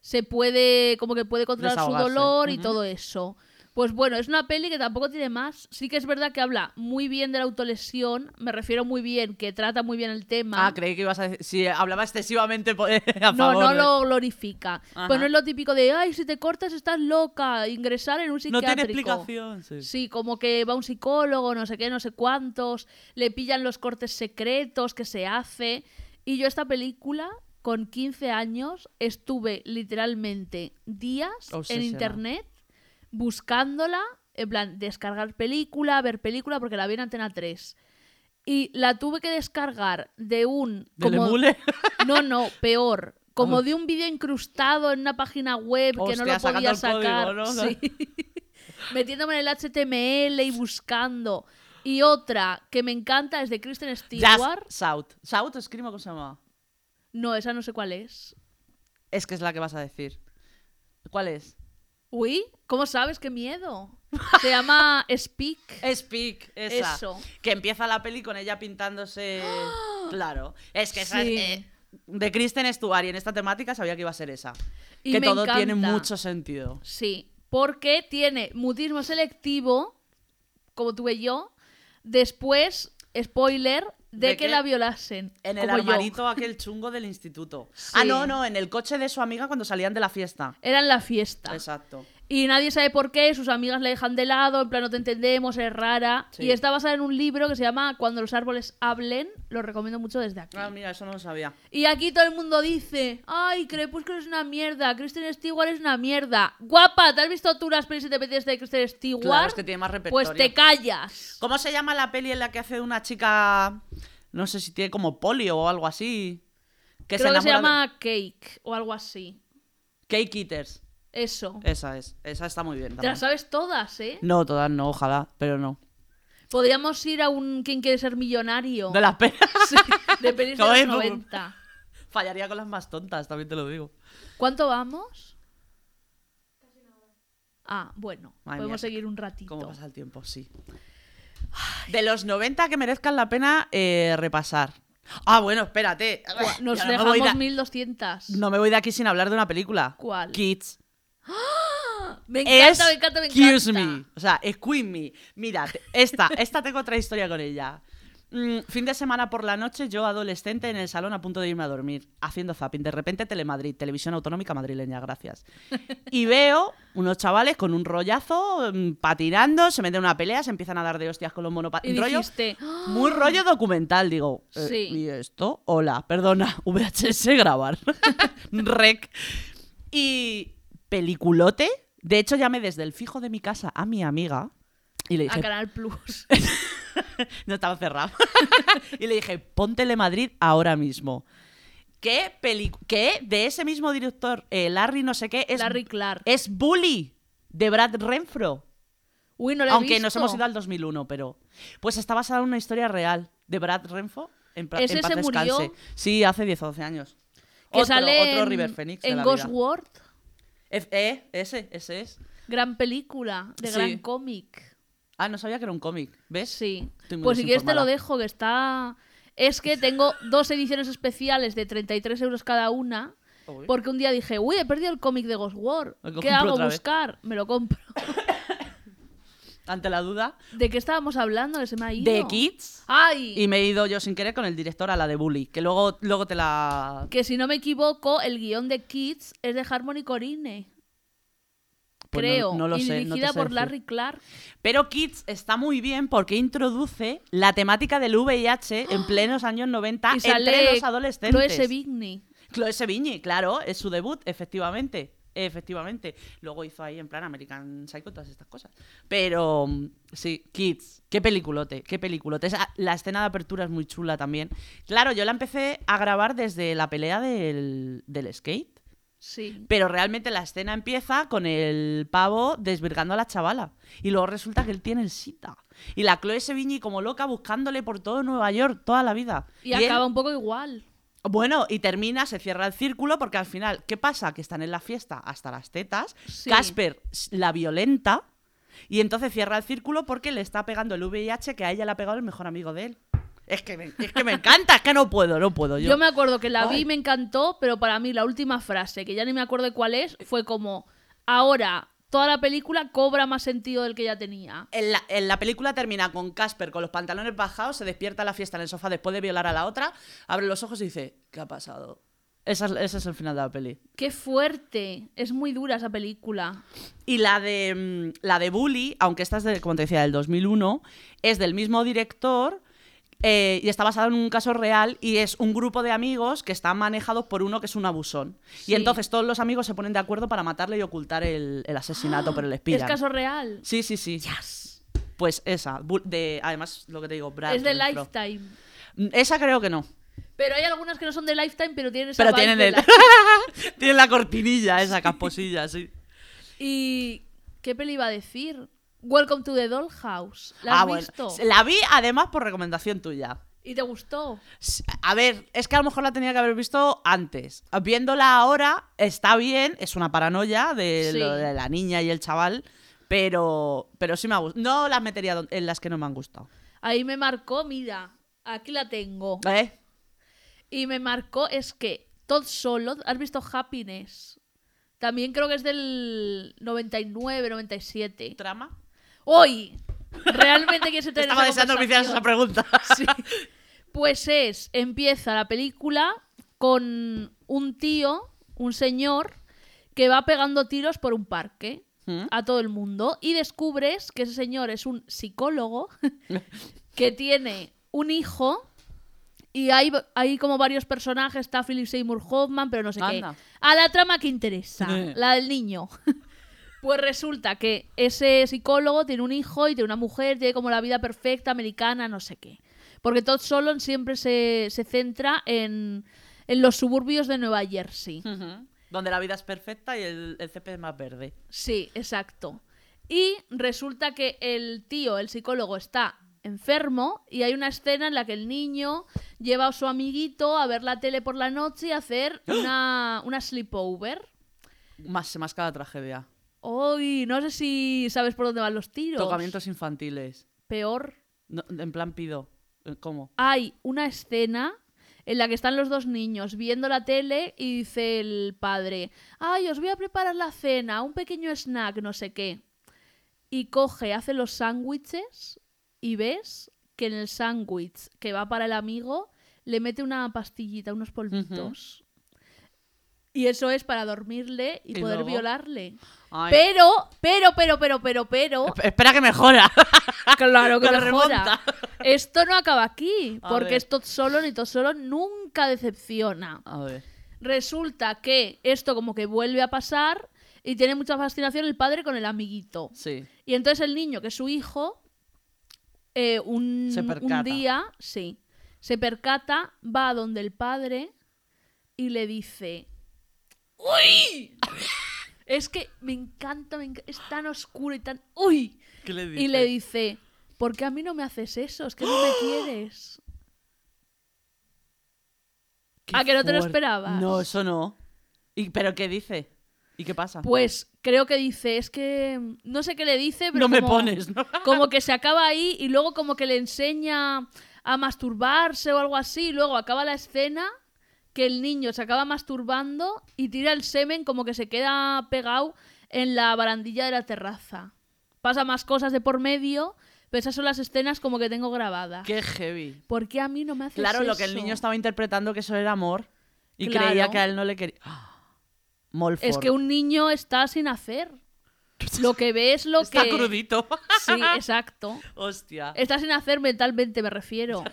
Speaker 2: se puede, como que puede controlar su
Speaker 1: Desahogarse.
Speaker 2: dolor y
Speaker 1: Ujú.
Speaker 2: todo eso. Pues bueno, es una peli que tampoco tiene más. Sí que es verdad que habla muy bien de la autolesión, me refiero muy bien, que trata muy bien el tema.
Speaker 1: Ah, creí que ibas a decir... Sí, hablaba excesivamente po- a
Speaker 2: no,
Speaker 1: favor.
Speaker 2: no
Speaker 1: ¿eh?
Speaker 2: lo glorifica.
Speaker 1: Ajá.
Speaker 2: Pero no es lo típico de, ay, si te cortas estás loca, ingresar en un
Speaker 1: No
Speaker 2: psiquiátrico.
Speaker 1: tiene explicación. Sí.
Speaker 2: Sí, como que va un psicólogo, no sé qué, no sé cuántos, le pillan los cortes secretos que se hace. Y yo esta película, con 15 años, estuve literalmente días en
Speaker 1: Obsesionada.
Speaker 2: internet buscándola, en plan, descargar película, ver película, porque la vi en Antena 3. Y la tuve que descargar de un...
Speaker 1: ¿Del emule?
Speaker 2: No, no, peor. Como de un vídeo incrustado en una página web que no
Speaker 1: Hostia,
Speaker 2: lo
Speaker 1: sacando
Speaker 2: podía
Speaker 1: el código,
Speaker 2: sacar.
Speaker 1: ¿no?
Speaker 2: Sí. Metiéndome en el HTML y buscando. Y otra que me encanta es de Kristen
Speaker 1: Just
Speaker 2: Stewart.
Speaker 1: South. South, escribo cómo se llama.
Speaker 2: No, esa no sé cuál es.
Speaker 1: Es que es la que vas a decir. ¿Cuál es?
Speaker 2: Uy, ¿cómo sabes? ¡Qué miedo! Se llama Speak.
Speaker 1: Speak, esa.
Speaker 2: Eso.
Speaker 1: Que empieza la peli con ella pintándose. Claro. Es que esa
Speaker 2: Sí.
Speaker 1: es, eh, de Kristen Stewart y en esta temática sabía que iba a ser esa.
Speaker 2: Y
Speaker 1: que
Speaker 2: me
Speaker 1: todo tiene
Speaker 2: encanta.
Speaker 1: mucho sentido.
Speaker 2: Sí, porque tiene mutismo selectivo, como tuve yo, después, spoiler, de,
Speaker 1: ¿De
Speaker 2: que
Speaker 1: qué?
Speaker 2: la violasen.
Speaker 1: En el
Speaker 2: como yo.
Speaker 1: armarito aquel chungo del instituto.
Speaker 2: Sí.
Speaker 1: Ah, no, no, en el coche de su amiga cuando salían de la fiesta.
Speaker 2: Era en la fiesta.
Speaker 1: Exacto.
Speaker 2: Y nadie sabe por qué, sus amigas la dejan de lado, en plan no te entendemos, eres rara.
Speaker 1: Sí.
Speaker 2: Y está basada en un libro que se llama Cuando los árboles hablen, lo recomiendo mucho desde aquí.
Speaker 1: Ah, mira, eso no lo sabía.
Speaker 2: Y aquí todo el mundo dice, ay, Crepúsculo es una mierda, Kristen Stewart es una mierda. Guapa, ¿te has visto tú las pelis y te apetece de Kristen Stewart?
Speaker 1: Claro, es que tiene más repertorio.
Speaker 2: pues te callas.
Speaker 1: ¿Cómo se llama la peli en la que hace una chica. No sé si tiene como polio o algo así? Que
Speaker 2: Creo que
Speaker 1: enamora
Speaker 2: se
Speaker 1: de-
Speaker 2: llama Cake o algo así.
Speaker 1: Cake Eaters.
Speaker 2: Eso.
Speaker 1: Esa es. Esa está muy bien.
Speaker 2: Te
Speaker 1: también.
Speaker 2: las sabes todas, ¿eh?
Speaker 1: No, todas no, ojalá, pero no.
Speaker 2: Podríamos ir a un ¿Quién quiere ser millonario?
Speaker 1: De las pelis.
Speaker 2: Sí, de pelis de
Speaker 1: Joder,
Speaker 2: los
Speaker 1: por-
Speaker 2: 90.
Speaker 1: Fallaría con las más tontas, también te lo digo.
Speaker 2: ¿Cuánto vamos? Ah, bueno,
Speaker 1: Madre
Speaker 2: podemos
Speaker 1: mía,
Speaker 2: seguir un ratito.
Speaker 1: ¿Cómo pasa el tiempo? Sí. De los 90 que merezcan la pena eh, repasar. Ah, bueno, espérate.
Speaker 2: Nos
Speaker 1: Ya no me voy
Speaker 2: dejamos
Speaker 1: de-
Speaker 2: 1200.
Speaker 1: No me voy de aquí sin hablar de una película.
Speaker 2: ¿Cuál?
Speaker 1: Kids.
Speaker 2: Me encanta,
Speaker 1: Es
Speaker 2: me encanta, me encanta.
Speaker 1: Excuse me. O sea, excuse me. Mira, te- esta, esta tengo otra historia con ella. Mm, fin de semana por la noche, yo adolescente en el salón a punto de irme a dormir, haciendo zapping. De repente, Telemadrid, Televisión Autonómica Madrileña, gracias. Y veo unos chavales con un rollazo mm, patinando, se meten en una pelea, se empiezan a dar de hostias con los
Speaker 2: Y
Speaker 1: monopatines.
Speaker 2: dijiste, "Ah,
Speaker 1: Muy rollo documental, digo. eh,
Speaker 2: Sí.
Speaker 1: ¿Y esto? Hola, perdona, VHS grabar. Rec. Y peliculote. De hecho, llamé desde el fijo de mi casa a mi amiga y le
Speaker 2: a
Speaker 1: dije,
Speaker 2: Canal Plus.
Speaker 1: no estaba cerrado, y le dije, póntele Madrid ahora mismo. ¿Qué peli que de ese mismo director, eh, Larry no sé qué, es,
Speaker 2: Larry Clark.
Speaker 1: es Bully de Brad Renfro?
Speaker 2: Uy, no la he
Speaker 1: Aunque
Speaker 2: visto.
Speaker 1: nos hemos ido al 2001, pero. Pues está basada en una historia real de Brad Renfro. En, pra-
Speaker 2: ¿Ese
Speaker 1: en paz
Speaker 2: se murió?
Speaker 1: descanse. Sí, hace 10 o 12 años.
Speaker 2: Que
Speaker 1: otro,
Speaker 2: sale
Speaker 1: otro
Speaker 2: en,
Speaker 1: River Phoenix. de
Speaker 2: en
Speaker 1: la
Speaker 2: Ghost
Speaker 1: vida.
Speaker 2: World.
Speaker 1: Es- eh, ese, ese es.
Speaker 2: Gran película, de
Speaker 1: Sí.
Speaker 2: gran cómic.
Speaker 1: Ah, no sabía que era un cómic. ¿Ves?
Speaker 2: Sí.
Speaker 1: Estoy muy
Speaker 2: Pues si quieres te lo
Speaker 1: desinformada.
Speaker 2: dejo, que está... Es que tengo dos ediciones especiales de 33 euros cada una.
Speaker 1: Uy.
Speaker 2: Porque un día dije, uy, he perdido el cómic de Ghost World.
Speaker 1: Lo compro
Speaker 2: ¿Qué hago?
Speaker 1: otra vez".
Speaker 2: Buscar. Me lo compro.
Speaker 1: Ante la duda.
Speaker 2: ¿De qué estábamos hablando? Que se me ha ido.
Speaker 1: De Kids.
Speaker 2: ¡Ay!
Speaker 1: Y me he ido yo sin querer con el director a la de Bully. Que luego, luego te la.
Speaker 2: Que si no me equivoco, el guión de Kids es de Harmony Corine.
Speaker 1: Pues no-
Speaker 2: creo.
Speaker 1: no lo
Speaker 2: y
Speaker 1: sé, no te
Speaker 2: dirigida
Speaker 1: sé
Speaker 2: por
Speaker 1: decir.
Speaker 2: Larry Clark.
Speaker 1: Pero Kids está muy bien porque introduce la temática del VIH en plenos años 90
Speaker 2: y
Speaker 1: entre
Speaker 2: sale
Speaker 1: los adolescentes.
Speaker 2: Chloe Sevigny.
Speaker 1: Chloe Sevigny, claro, es su debut, efectivamente. Efectivamente. Luego hizo ahí en plan American Psycho todas estas cosas. Pero mm, sí, Kids, qué peliculote, qué peliculote. Esa- la escena de apertura es muy chula también. Claro, yo la empecé a grabar desde la pelea del, del skate.
Speaker 2: Sí.
Speaker 1: Pero realmente la escena empieza con el pavo desvirgando a la chavala. Y luego resulta que él tiene el SIDA. Y la Chloe Sevigny como loca buscándole por todo Nueva York toda la vida.
Speaker 2: Y,
Speaker 1: él-
Speaker 2: acaba un poco igual.
Speaker 1: bueno, y termina, se cierra el círculo porque al final, ¿qué pasa? Que están en la fiesta hasta las tetas.
Speaker 2: Sí.
Speaker 1: Casper s- la violenta y entonces cierra el círculo porque le está pegando el VIH que a ella le ha pegado el mejor amigo de él. Es que me, es que me encanta, es que no puedo, no puedo.
Speaker 2: Yo,
Speaker 1: Yo,
Speaker 2: me acuerdo que la vi
Speaker 1: Ay.
Speaker 2: y me encantó, pero para mí la última frase, que ya ni me acuerdo cuál es, fue como, ahora toda la película cobra más sentido del que ya tenía.
Speaker 1: en, la, en la película termina con Casper con los pantalones bajados, se despierta en la fiesta en el sofá después de violar a la otra, abre los ojos y dice, ¿qué ha pasado? Esa es- ese es el final de la peli.
Speaker 2: Qué fuerte, es muy dura esa película.
Speaker 1: Y la de, mm, la de Bully, aunque esta es, de, como te decía, del 2001, es del mismo director eh, y está basada en un caso real y es un grupo de amigos que están manejados por uno que es un abusón.
Speaker 2: Sí.
Speaker 1: Y entonces todos los amigos se ponen de acuerdo para matarle y ocultar el, el asesinato, pero les
Speaker 2: Es
Speaker 1: pillan.
Speaker 2: caso real.
Speaker 1: Sí, sí, sí. Pues esa, Bu- de, además lo que te digo, Brad
Speaker 2: es de
Speaker 1: Renfro.
Speaker 2: Lifetime.
Speaker 1: Mm, Esa creo que no.
Speaker 2: Pero hay algunas que no son de Lifetime, pero tienen esa
Speaker 1: Pero
Speaker 2: vibe
Speaker 1: tienen,
Speaker 2: de
Speaker 1: el-
Speaker 2: la-
Speaker 1: tienen la cortinilla, esa casposilla, sí.
Speaker 2: ¿Y qué peli iba a decir? Welcome to the Dollhouse. ¿La has
Speaker 1: Ah, bueno.
Speaker 2: visto?
Speaker 1: La vi además por recomendación tuya.
Speaker 2: ¿Y te gustó?
Speaker 1: S- A ver, es que a lo mejor la tenía que haber visto antes. Viéndola ahora, está bien, es una paranoia de,
Speaker 2: Sí.
Speaker 1: lo de la niña y el chaval, pero, pero sí me ha gustado. No las metería don- en las que no me han gustado.
Speaker 2: Ahí me marcó, mira, aquí la tengo.
Speaker 1: ¿Eh?
Speaker 2: Y me marcó es que Todd Solo, ¿has visto Happiness? También creo que es del 99, 97.
Speaker 1: ¿Trama?
Speaker 2: Hoy, realmente quieres entrar en
Speaker 1: Estaba
Speaker 2: esa
Speaker 1: deseando que me hicieras esa
Speaker 2: conversación?
Speaker 1: pregunta.
Speaker 2: Sí. Pues es, empieza la película con un tío, un señor, que va pegando tiros por un parque
Speaker 1: ¿Mm?
Speaker 2: a todo el mundo y descubres que ese señor es un psicólogo que tiene un hijo y hay, hay como varios personajes, está Philip Seymour Hoffman, pero no sé
Speaker 1: Anda.
Speaker 2: qué. A la trama que interesa, la del niño. Pues resulta que ese psicólogo tiene un hijo y tiene una mujer, tiene como la vida perfecta, americana, no sé qué. Porque Todd Solon siempre se, se centra en, en los suburbios de Nueva Jersey.
Speaker 1: Ujú. Donde la vida es perfecta y el, el césped es más verde.
Speaker 2: Sí, exacto. Y resulta que el tío, el psicólogo, está enfermo y hay una escena en la que el niño lleva a su amiguito a ver la tele por la noche y a hacer una, una sleepover.
Speaker 1: Más se masca la tragedia.
Speaker 2: Uy, no sé si sabes por dónde van los tiros.
Speaker 1: Tocamientos infantiles.
Speaker 2: Peor.
Speaker 1: No, en plan pido. Eh, ¿Cómo?
Speaker 2: Hay una escena en la que están los dos niños viendo la tele y dice el padre, ay, os voy a preparar la cena, un pequeño snack, no sé qué. Y coge, hace los sándwiches y ves que en el sándwich que va para el amigo le mete una pastillita, unos polvitos. Y eso es para dormirle y,
Speaker 1: Y
Speaker 2: poder
Speaker 1: luego-
Speaker 2: violarle.
Speaker 1: Ay.
Speaker 2: Pero, pero, pero, pero, pero, pero.
Speaker 1: Esp- Espera que mejora.
Speaker 2: Claro que
Speaker 1: Lo
Speaker 2: mejora.
Speaker 1: remonta.
Speaker 2: Esto no acaba aquí,
Speaker 1: A
Speaker 2: porque
Speaker 1: ver.
Speaker 2: esto solo ni todo solo nunca decepciona.
Speaker 1: A ver.
Speaker 2: Resulta que esto como que vuelve a pasar y tiene mucha fascinación el padre con el amiguito.
Speaker 1: Sí.
Speaker 2: Y entonces el niño, que es su hijo, eh, un,
Speaker 1: Se
Speaker 2: un
Speaker 1: percata.
Speaker 2: día, sí, se percata, va a donde el padre y le dice, ¡Uy! es que me encanta, me enca- es tan oscuro y tan... ¡Uy!
Speaker 1: ¿Qué le
Speaker 2: Y le dice, ¿por qué a mí no me haces eso? Es que no me quieres. ¿A Ah, que no te lo esperabas?
Speaker 1: No, eso no. ¿Y, ¿Pero qué dice? ¿Y qué pasa?
Speaker 2: Pues creo que dice, es que mm, no sé qué le dice, pero
Speaker 1: no me
Speaker 2: como-
Speaker 1: pones, ¿no?
Speaker 2: como que se acaba ahí y luego como que le enseña a masturbarse o algo así, y luego acaba la escena que el niño se acaba masturbando y tira el semen como que se queda pegado en la barandilla de la terraza. Pasa más cosas de por medio, pero esas son las escenas como que tengo grabadas.
Speaker 1: Qué heavy.
Speaker 2: ¿Por qué a mí no me haces
Speaker 1: Claro, lo que el
Speaker 2: eso?
Speaker 1: niño estaba interpretando que eso era amor y
Speaker 2: Claro.
Speaker 1: creía que a él no le quería. ¡Ah! Molford.
Speaker 2: Es que un niño está sin hacer. Lo que ve es lo
Speaker 1: Está
Speaker 2: que...
Speaker 1: crudito.
Speaker 2: Sí, exacto.
Speaker 1: Hostia.
Speaker 2: Estás sin hacer mentalmente, me refiero.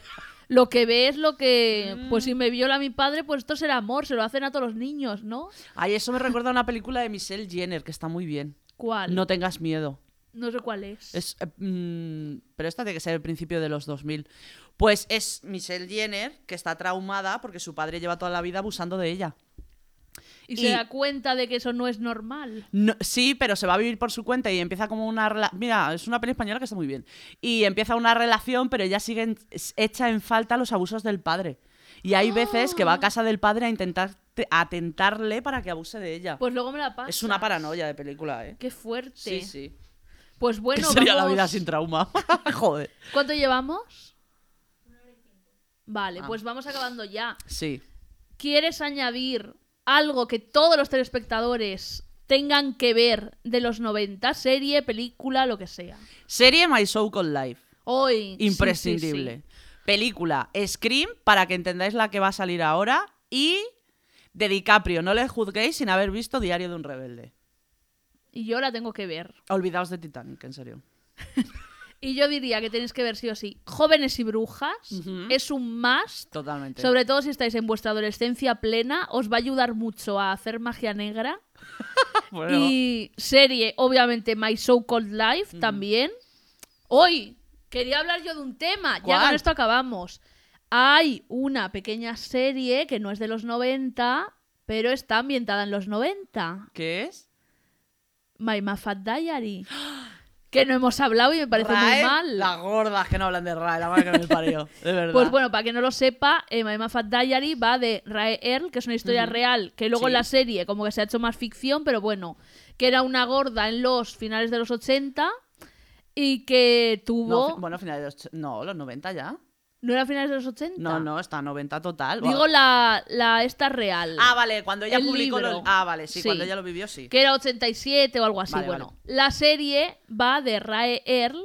Speaker 2: Lo que ve es lo que. Pues si me viola mi padre, pues esto será amor, se lo hacen a todos los niños, ¿no?
Speaker 1: Ay, eso me recuerda a una película de Michelle Jenner que está muy bien.
Speaker 2: ¿Cuál?
Speaker 1: No tengas miedo.
Speaker 2: No sé cuál es.
Speaker 1: Es, eh, mm, pero esta tiene que ser el principio de los 2000. Pues es Michelle Jenner que está traumada porque su padre lleva toda la vida abusando de ella.
Speaker 2: Y, se
Speaker 1: y-
Speaker 2: da cuenta de que eso no es normal.
Speaker 1: No- sí, pero se va a vivir por su cuenta y empieza como una... rela- Mira, es una peli española que está muy bien. Y empieza una relación, pero ella sigue en- s- echa en falta los abusos del padre. Y hay veces
Speaker 2: Ah.
Speaker 1: que va a casa del padre a intentar te- a tentarle para que abuse de ella.
Speaker 2: Pues luego me la pasa.
Speaker 1: es una paranoia de película, ¿eh?
Speaker 2: Qué fuerte.
Speaker 1: Sí, sí.
Speaker 2: Pues
Speaker 1: ¿Qué
Speaker 2: bueno.
Speaker 1: sería la
Speaker 2: vamos-
Speaker 1: vida sin trauma? Joder.
Speaker 2: ¿Cuánto llevamos? Vale,
Speaker 1: Ah.
Speaker 2: pues vamos acabando ya.
Speaker 1: Sí.
Speaker 2: ¿Quieres añadir algo que todos los telespectadores tengan que ver de los 90? Serie, película, lo que sea.
Speaker 1: Serie My So Called Life.
Speaker 2: Hoy. sí, sí, sí.
Speaker 1: Imprescindible. Película Scream, para que entendáis la que va a salir ahora. Y de DiCaprio, no le juzguéis sin haber visto Diario de un Rebelde.
Speaker 2: Y yo la tengo que ver.
Speaker 1: Olvidaos de Titanic, en serio.
Speaker 2: Y yo diría que tenéis que ver sí o sí. Jóvenes y brujas
Speaker 1: Ujú.
Speaker 2: es un must.
Speaker 1: Totalmente.
Speaker 2: Sobre todo si estáis en vuestra adolescencia plena, os va a ayudar mucho a hacer magia negra.
Speaker 1: Bueno,
Speaker 2: Y serie, obviamente, My So Called Life también. Hoy quería hablar yo de un tema, ya con
Speaker 1: ¿Cuál?
Speaker 2: esto acabamos. Hay una pequeña serie que no es de los 90, pero está ambientada en los 90.
Speaker 1: ¿Qué es?
Speaker 2: My Mafat Diary. Que no hemos hablado y me parece muy
Speaker 1: Rae,
Speaker 2: mal.
Speaker 1: Las gordas que no hablan de Rae, la madre que me parió. De verdad.
Speaker 2: Pues bueno, para que no lo sepa, eh, My Mafat Diary va de Rae Earl, que es una historia real, que luego en
Speaker 1: Sí.
Speaker 2: la serie como que se ha hecho más ficción, pero bueno, que era una gorda en los finales de los 80 y que
Speaker 1: No,
Speaker 2: tuvo...
Speaker 1: fi-
Speaker 2: No,
Speaker 1: bueno, finales de los... och- No, los 90 ya.
Speaker 2: era finales de los 80?
Speaker 1: No, no, está 90 total.
Speaker 2: Digo
Speaker 1: Guau.
Speaker 2: la, la esta real.
Speaker 1: Ah, vale, cuando ella
Speaker 2: el
Speaker 1: publicó
Speaker 2: libro.
Speaker 1: los... Ah, vale, sí,
Speaker 2: Sí.
Speaker 1: cuando ella lo vivió, sí.
Speaker 2: que era 87 o algo así.
Speaker 1: Vale,
Speaker 2: bueno, la serie va de Rae Earl,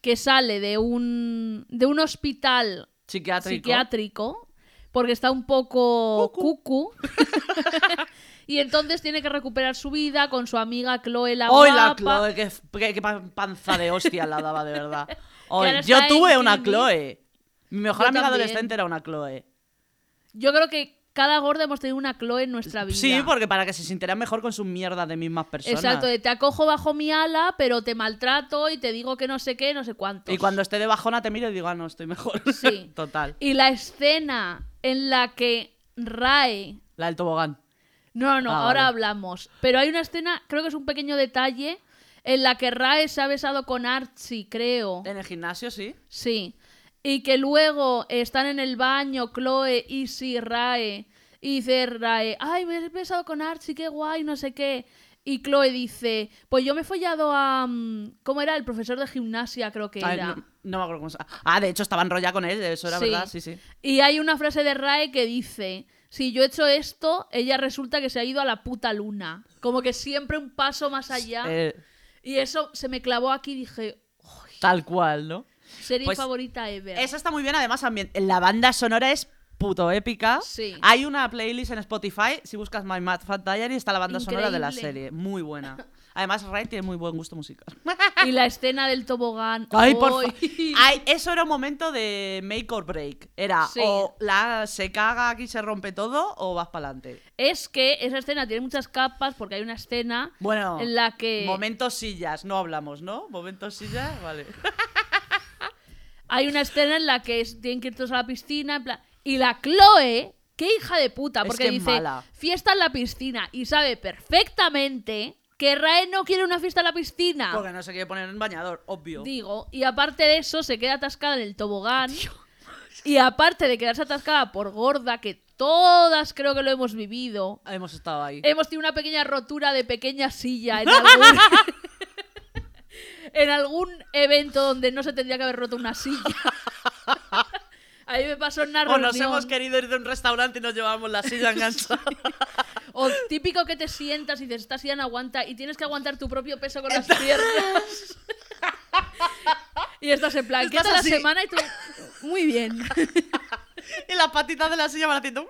Speaker 2: que sale de un, de un hospital
Speaker 1: Psiquiátrico.
Speaker 2: psiquiátrico porque está un poco cucu. y entonces tiene que recuperar su vida con su amiga Chloe la
Speaker 1: ¡Hoy la
Speaker 2: guapa.
Speaker 1: Chloe! Qué, qué- qué pan- panza de hostia la daba, de verdad!
Speaker 2: ahora
Speaker 1: Hoy, yo
Speaker 2: está en
Speaker 1: tuve una
Speaker 2: Killing
Speaker 1: Chloe. Mi mejor
Speaker 2: Yo
Speaker 1: amiga
Speaker 2: también.
Speaker 1: adolescente era una Chloe.
Speaker 2: Yo creo que cada gorda hemos tenido una Chloe en nuestra vida.
Speaker 1: Sí, porque para que se sintieran mejor con sus mierdas de mismas personas.
Speaker 2: Exacto, de te acojo bajo mi ala, pero te maltrato y te digo que no sé qué, no sé cuánto.
Speaker 1: Y cuando esté de bajona te miro y digo, ah, no, estoy mejor.
Speaker 2: Sí.
Speaker 1: Total.
Speaker 2: Y la escena en la que Rae
Speaker 1: La del tobogán.
Speaker 2: No, no,
Speaker 1: Ah,
Speaker 2: ahora
Speaker 1: vale.
Speaker 2: hablamos. Pero hay una escena, creo que es un pequeño detalle, en la que Rae se ha besado con Archie, creo.
Speaker 1: En el gimnasio, sí.
Speaker 2: Sí. Y que luego están en el baño Chloe, Izzy, Rae. Y dice Rae, ay, me he besado con Archie, qué guay, no sé qué. Y Chloe dice, pues yo me he follado a... mm, ¿Cómo era? El profesor de gimnasia, creo que
Speaker 1: Ay,
Speaker 2: era.
Speaker 1: no, no me acuerdo cómo se Ah, de hecho estaba enrollada con él, eso era
Speaker 2: Sí.
Speaker 1: verdad, sí, sí.
Speaker 2: Y hay una frase de Rae que dice, si yo he hecho esto, ella resulta que se ha ido a la puta luna. Como que siempre un paso más allá.
Speaker 1: Eh,
Speaker 2: Y eso se me clavó aquí y dije, "Uy,
Speaker 1: tal cual, ¿no?
Speaker 2: serie
Speaker 1: Pues,
Speaker 2: favorita ever.
Speaker 1: Eso está muy bien, además, ambien- la banda sonora es puto épica.
Speaker 2: Sí.
Speaker 1: Hay una playlist en Spotify, si buscas My Mad Fat Diary, está la banda sonora de la
Speaker 2: Increíble.
Speaker 1: serie, muy buena. Además, Ray tiene muy buen gusto musical.
Speaker 2: Y la escena del tobogán.
Speaker 1: Ay, por fa-
Speaker 2: ¡Ay!
Speaker 1: Ay, eso era un momento de make or break. Era
Speaker 2: Sí.
Speaker 1: o la se caga aquí se rompe todo o vas para adelante.
Speaker 2: Es que esa escena tiene muchas capas porque hay una escena
Speaker 1: Bueno,
Speaker 2: en la que
Speaker 1: momentos sillas, no hablamos, ¿no? Momentos sillas, vale.
Speaker 2: hay una escena en la que es- tienen que ir todos a la piscina en plan- y la Chloe, qué hija de puta,
Speaker 1: Es
Speaker 2: porque
Speaker 1: que es
Speaker 2: dice
Speaker 1: mala.
Speaker 2: fiesta en la piscina y sabe perfectamente que Rae no quiere una fiesta en la piscina.
Speaker 1: Porque no se quiere poner en bañador, obvio.
Speaker 2: Digo, y aparte de eso, se queda atascada en el tobogán. Y aparte de quedarse atascada por gorda, que todas creo que lo hemos vivido,
Speaker 1: Hemos estado ahí.
Speaker 2: hemos tenido una pequeña rotura de pequeña silla en algún, en algún evento donde no se tendría que haber roto una silla. A mí me pasó en una
Speaker 1: o
Speaker 2: reunión.
Speaker 1: nos hemos querido ir de un restaurante y nos llevamos la silla enganchada.
Speaker 2: O típico que te sientas y dices, esta silla no aguanta y tienes que aguantar tu propio peso con las piernas. y estás en plan, ¿qué
Speaker 1: Estás
Speaker 2: tal la
Speaker 1: así.
Speaker 2: semana? Y tú, muy bien.
Speaker 1: y las patitas de la silla van haciendo.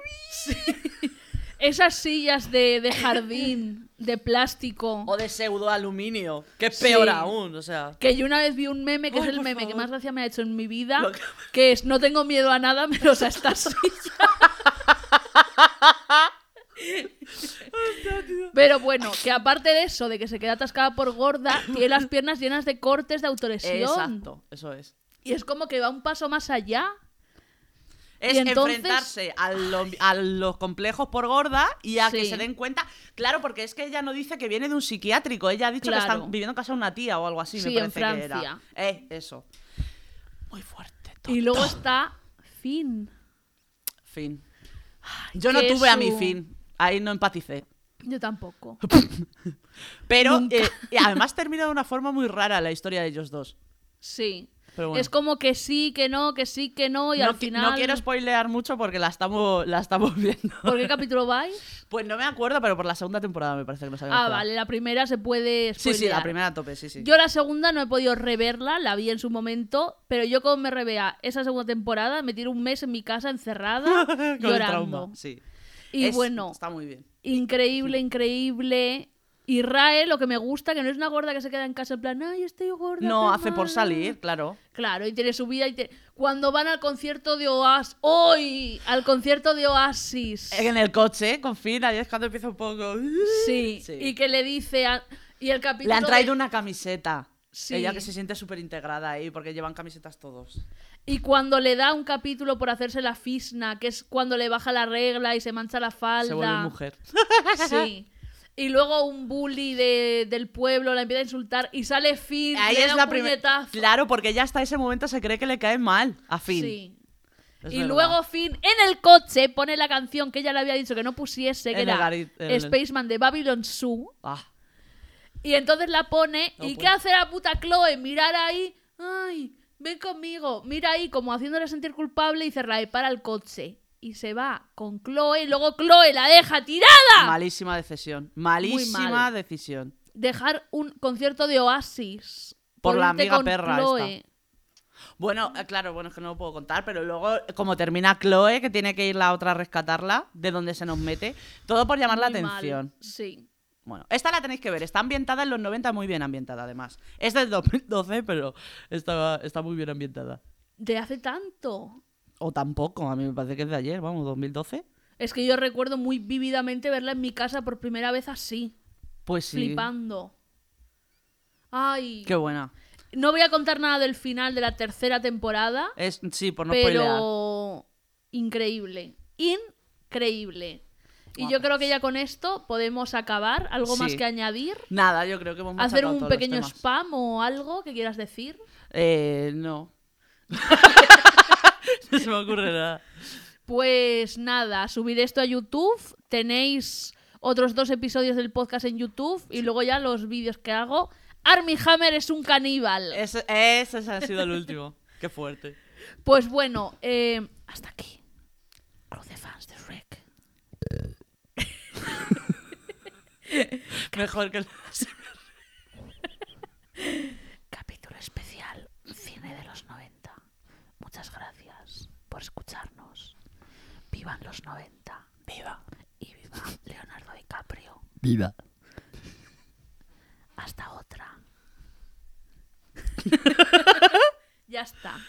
Speaker 2: Esas sillas de, de jardín, de plástico.
Speaker 1: O de pseudo aluminio, que es peor
Speaker 2: Sí.
Speaker 1: aún, o sea.
Speaker 2: Que yo una vez vi un meme, que
Speaker 1: Ay,
Speaker 2: es el
Speaker 1: por
Speaker 2: meme que
Speaker 1: favor.
Speaker 2: más gracia me ha hecho en mi vida,
Speaker 1: Lo que-
Speaker 2: que es no tengo miedo a nada menos a esta silla. Pero bueno, que aparte de eso, de que se queda atascada por gorda, tiene las piernas llenas de cortes de autolesión.
Speaker 1: Exacto, eso es.
Speaker 2: Y es como que va un paso más allá.
Speaker 1: Es
Speaker 2: Y entonces-
Speaker 1: enfrentarse a, lo- a los complejos por gorda y a que
Speaker 2: Sí.
Speaker 1: se den cuenta. Claro, porque es que ella no dice que viene de un psiquiátrico. Ella ha dicho que
Speaker 2: Claro.
Speaker 1: está viviendo en casa de una tía o algo así,
Speaker 2: Sí,
Speaker 1: me
Speaker 2: en
Speaker 1: parece que era.
Speaker 2: Francia.
Speaker 1: Eh, eso. Muy fuerte.
Speaker 2: Y luego está Finn.
Speaker 1: Fin. Yo no
Speaker 2: qué
Speaker 1: tuve a mi
Speaker 2: su-
Speaker 1: fin. Ahí no empaticé.
Speaker 2: Yo tampoco.
Speaker 1: Pero
Speaker 2: Nunca.
Speaker 1: eh, y además termina de una forma muy rara la historia de ellos dos.
Speaker 2: Sí.
Speaker 1: Pero bueno.
Speaker 2: Es como que sí, que no, que sí, que no, y
Speaker 1: no,
Speaker 2: al
Speaker 1: qui-
Speaker 2: final.
Speaker 1: no quiero spoilear mucho porque la estamos, la estamos viendo.
Speaker 2: ¿Por qué capítulo vais?
Speaker 1: Pues no me acuerdo, pero por la segunda temporada me parece que nos habíamos
Speaker 2: Ah,
Speaker 1: quedado.
Speaker 2: vale, la primera se puede.
Speaker 1: Sí, sí, la
Speaker 2: spoilear.
Speaker 1: primera a tope, sí, sí.
Speaker 2: Yo la segunda no he podido reverla, la vi en su momento, pero yo como me revea esa segunda temporada, me tiro un mes en mi casa encerrada
Speaker 1: Con el
Speaker 2: llorando.
Speaker 1: trauma, sí.
Speaker 2: Y
Speaker 1: Es-
Speaker 2: bueno,
Speaker 1: Está muy bien.
Speaker 2: increíble, increíble. Y Rae, lo que me gusta, que no es una gorda que se queda en casa en plan, ay, estoy gorda.
Speaker 1: No,
Speaker 2: qué
Speaker 1: hace por
Speaker 2: mal".
Speaker 1: salir, claro.
Speaker 2: Claro, y tiene su vida. Y te- Cuando van al concierto de Oasis. ¡Hoy! Al concierto de Oasis.
Speaker 1: En el coche, con fin, ahí es cuando empieza un poco.
Speaker 2: Sí.
Speaker 1: Sí.
Speaker 2: Y que le dice. a- Y el capítulo.
Speaker 1: Le han traído
Speaker 2: de-
Speaker 1: una camiseta.
Speaker 2: Sí.
Speaker 1: Ella que se siente súper integrada ahí, porque llevan camisetas todos.
Speaker 2: Y cuando le da un capítulo por hacerse la fisna, que es cuando le baja la regla y se mancha la falda.
Speaker 1: Se vuelve mujer.
Speaker 2: Sí. Y luego un bully de- del pueblo la empieza a insultar y sale Finn.
Speaker 1: Ahí
Speaker 2: le
Speaker 1: es
Speaker 2: da
Speaker 1: la
Speaker 2: un
Speaker 1: primera.
Speaker 2: puñetazo.
Speaker 1: Claro, porque ya hasta ese momento se cree que le cae mal a Finn.
Speaker 2: Sí.
Speaker 1: Es
Speaker 2: y
Speaker 1: verdad.
Speaker 2: luego Finn en el coche pone la canción que ella le había dicho que no pusiese, que
Speaker 1: En el
Speaker 2: era
Speaker 1: gari- en el-
Speaker 2: Spaceman de Babylon Zoo.
Speaker 1: Ah,
Speaker 2: Y entonces la pone.
Speaker 1: No
Speaker 2: ¿Y
Speaker 1: puedo.
Speaker 2: qué hace la puta Chloe? Mirar ahí. Ay, ven conmigo. Mira ahí, como haciéndole sentir culpable. Y dice, Rae, para el coche. Y se va con Chloe. y Luego Chloe la deja tirada.
Speaker 1: malísima decisión. Malísima
Speaker 2: mal.
Speaker 1: decisión.
Speaker 2: Dejar un concierto de Oasis.
Speaker 1: Por
Speaker 2: por
Speaker 1: la
Speaker 2: irte
Speaker 1: amiga
Speaker 2: con
Speaker 1: perra
Speaker 2: Chloe.
Speaker 1: Bueno, eh, claro, bueno, es que no lo puedo contar, pero luego, eh, como termina Chloe, que tiene que ir la otra a rescatarla, de donde se nos mete, todo por llamar la
Speaker 2: Muy mal.
Speaker 1: atención.
Speaker 2: Sí.
Speaker 1: Bueno, esta la tenéis que ver, está ambientada en los 90, muy bien ambientada además. Es del 2012, pero está, está muy bien ambientada.
Speaker 2: De hace tanto.
Speaker 1: O tampoco, a mí me parece que es de ayer, vamos, 2012.
Speaker 2: Es que yo recuerdo muy vívidamente verla en mi casa por primera vez así.
Speaker 1: Pues sí.
Speaker 2: Flipando. Ay.
Speaker 1: Qué buena.
Speaker 2: No voy a contar nada del final de la tercera temporada.
Speaker 1: Es, sí, por no spoilear.
Speaker 2: pero increíble. Increíble. Y yo
Speaker 1: Guau.
Speaker 2: creo que ya con esto podemos acabar. ¿Algo más
Speaker 1: Sí.
Speaker 2: que añadir?
Speaker 1: Nada, yo creo que hemos
Speaker 2: ¿Hacer
Speaker 1: machacado
Speaker 2: un
Speaker 1: todos los
Speaker 2: pequeño
Speaker 1: temas.
Speaker 2: spam o algo que quieras decir?
Speaker 1: Eh, no. no se me ocurre nada.
Speaker 2: Pues nada, subir esto a YouTube. Tenéis. otros dos episodios del podcast en YouTube y luego ya los vídeos que hago. Army Hammer es un caníbal.
Speaker 1: Eso- ese ha sido el último. Qué fuerte.
Speaker 2: Pues bueno, eh, hasta aquí.
Speaker 3: Club de fans de Shrek.
Speaker 1: Mejor que el-
Speaker 3: Capítulo especial Cine de los 90. Muchas gracias por escucharnos. Vivan los 90. Viva. Y viva Leonardo DiCaprio.
Speaker 4: Viva.
Speaker 3: Hasta otra.
Speaker 2: Ya está.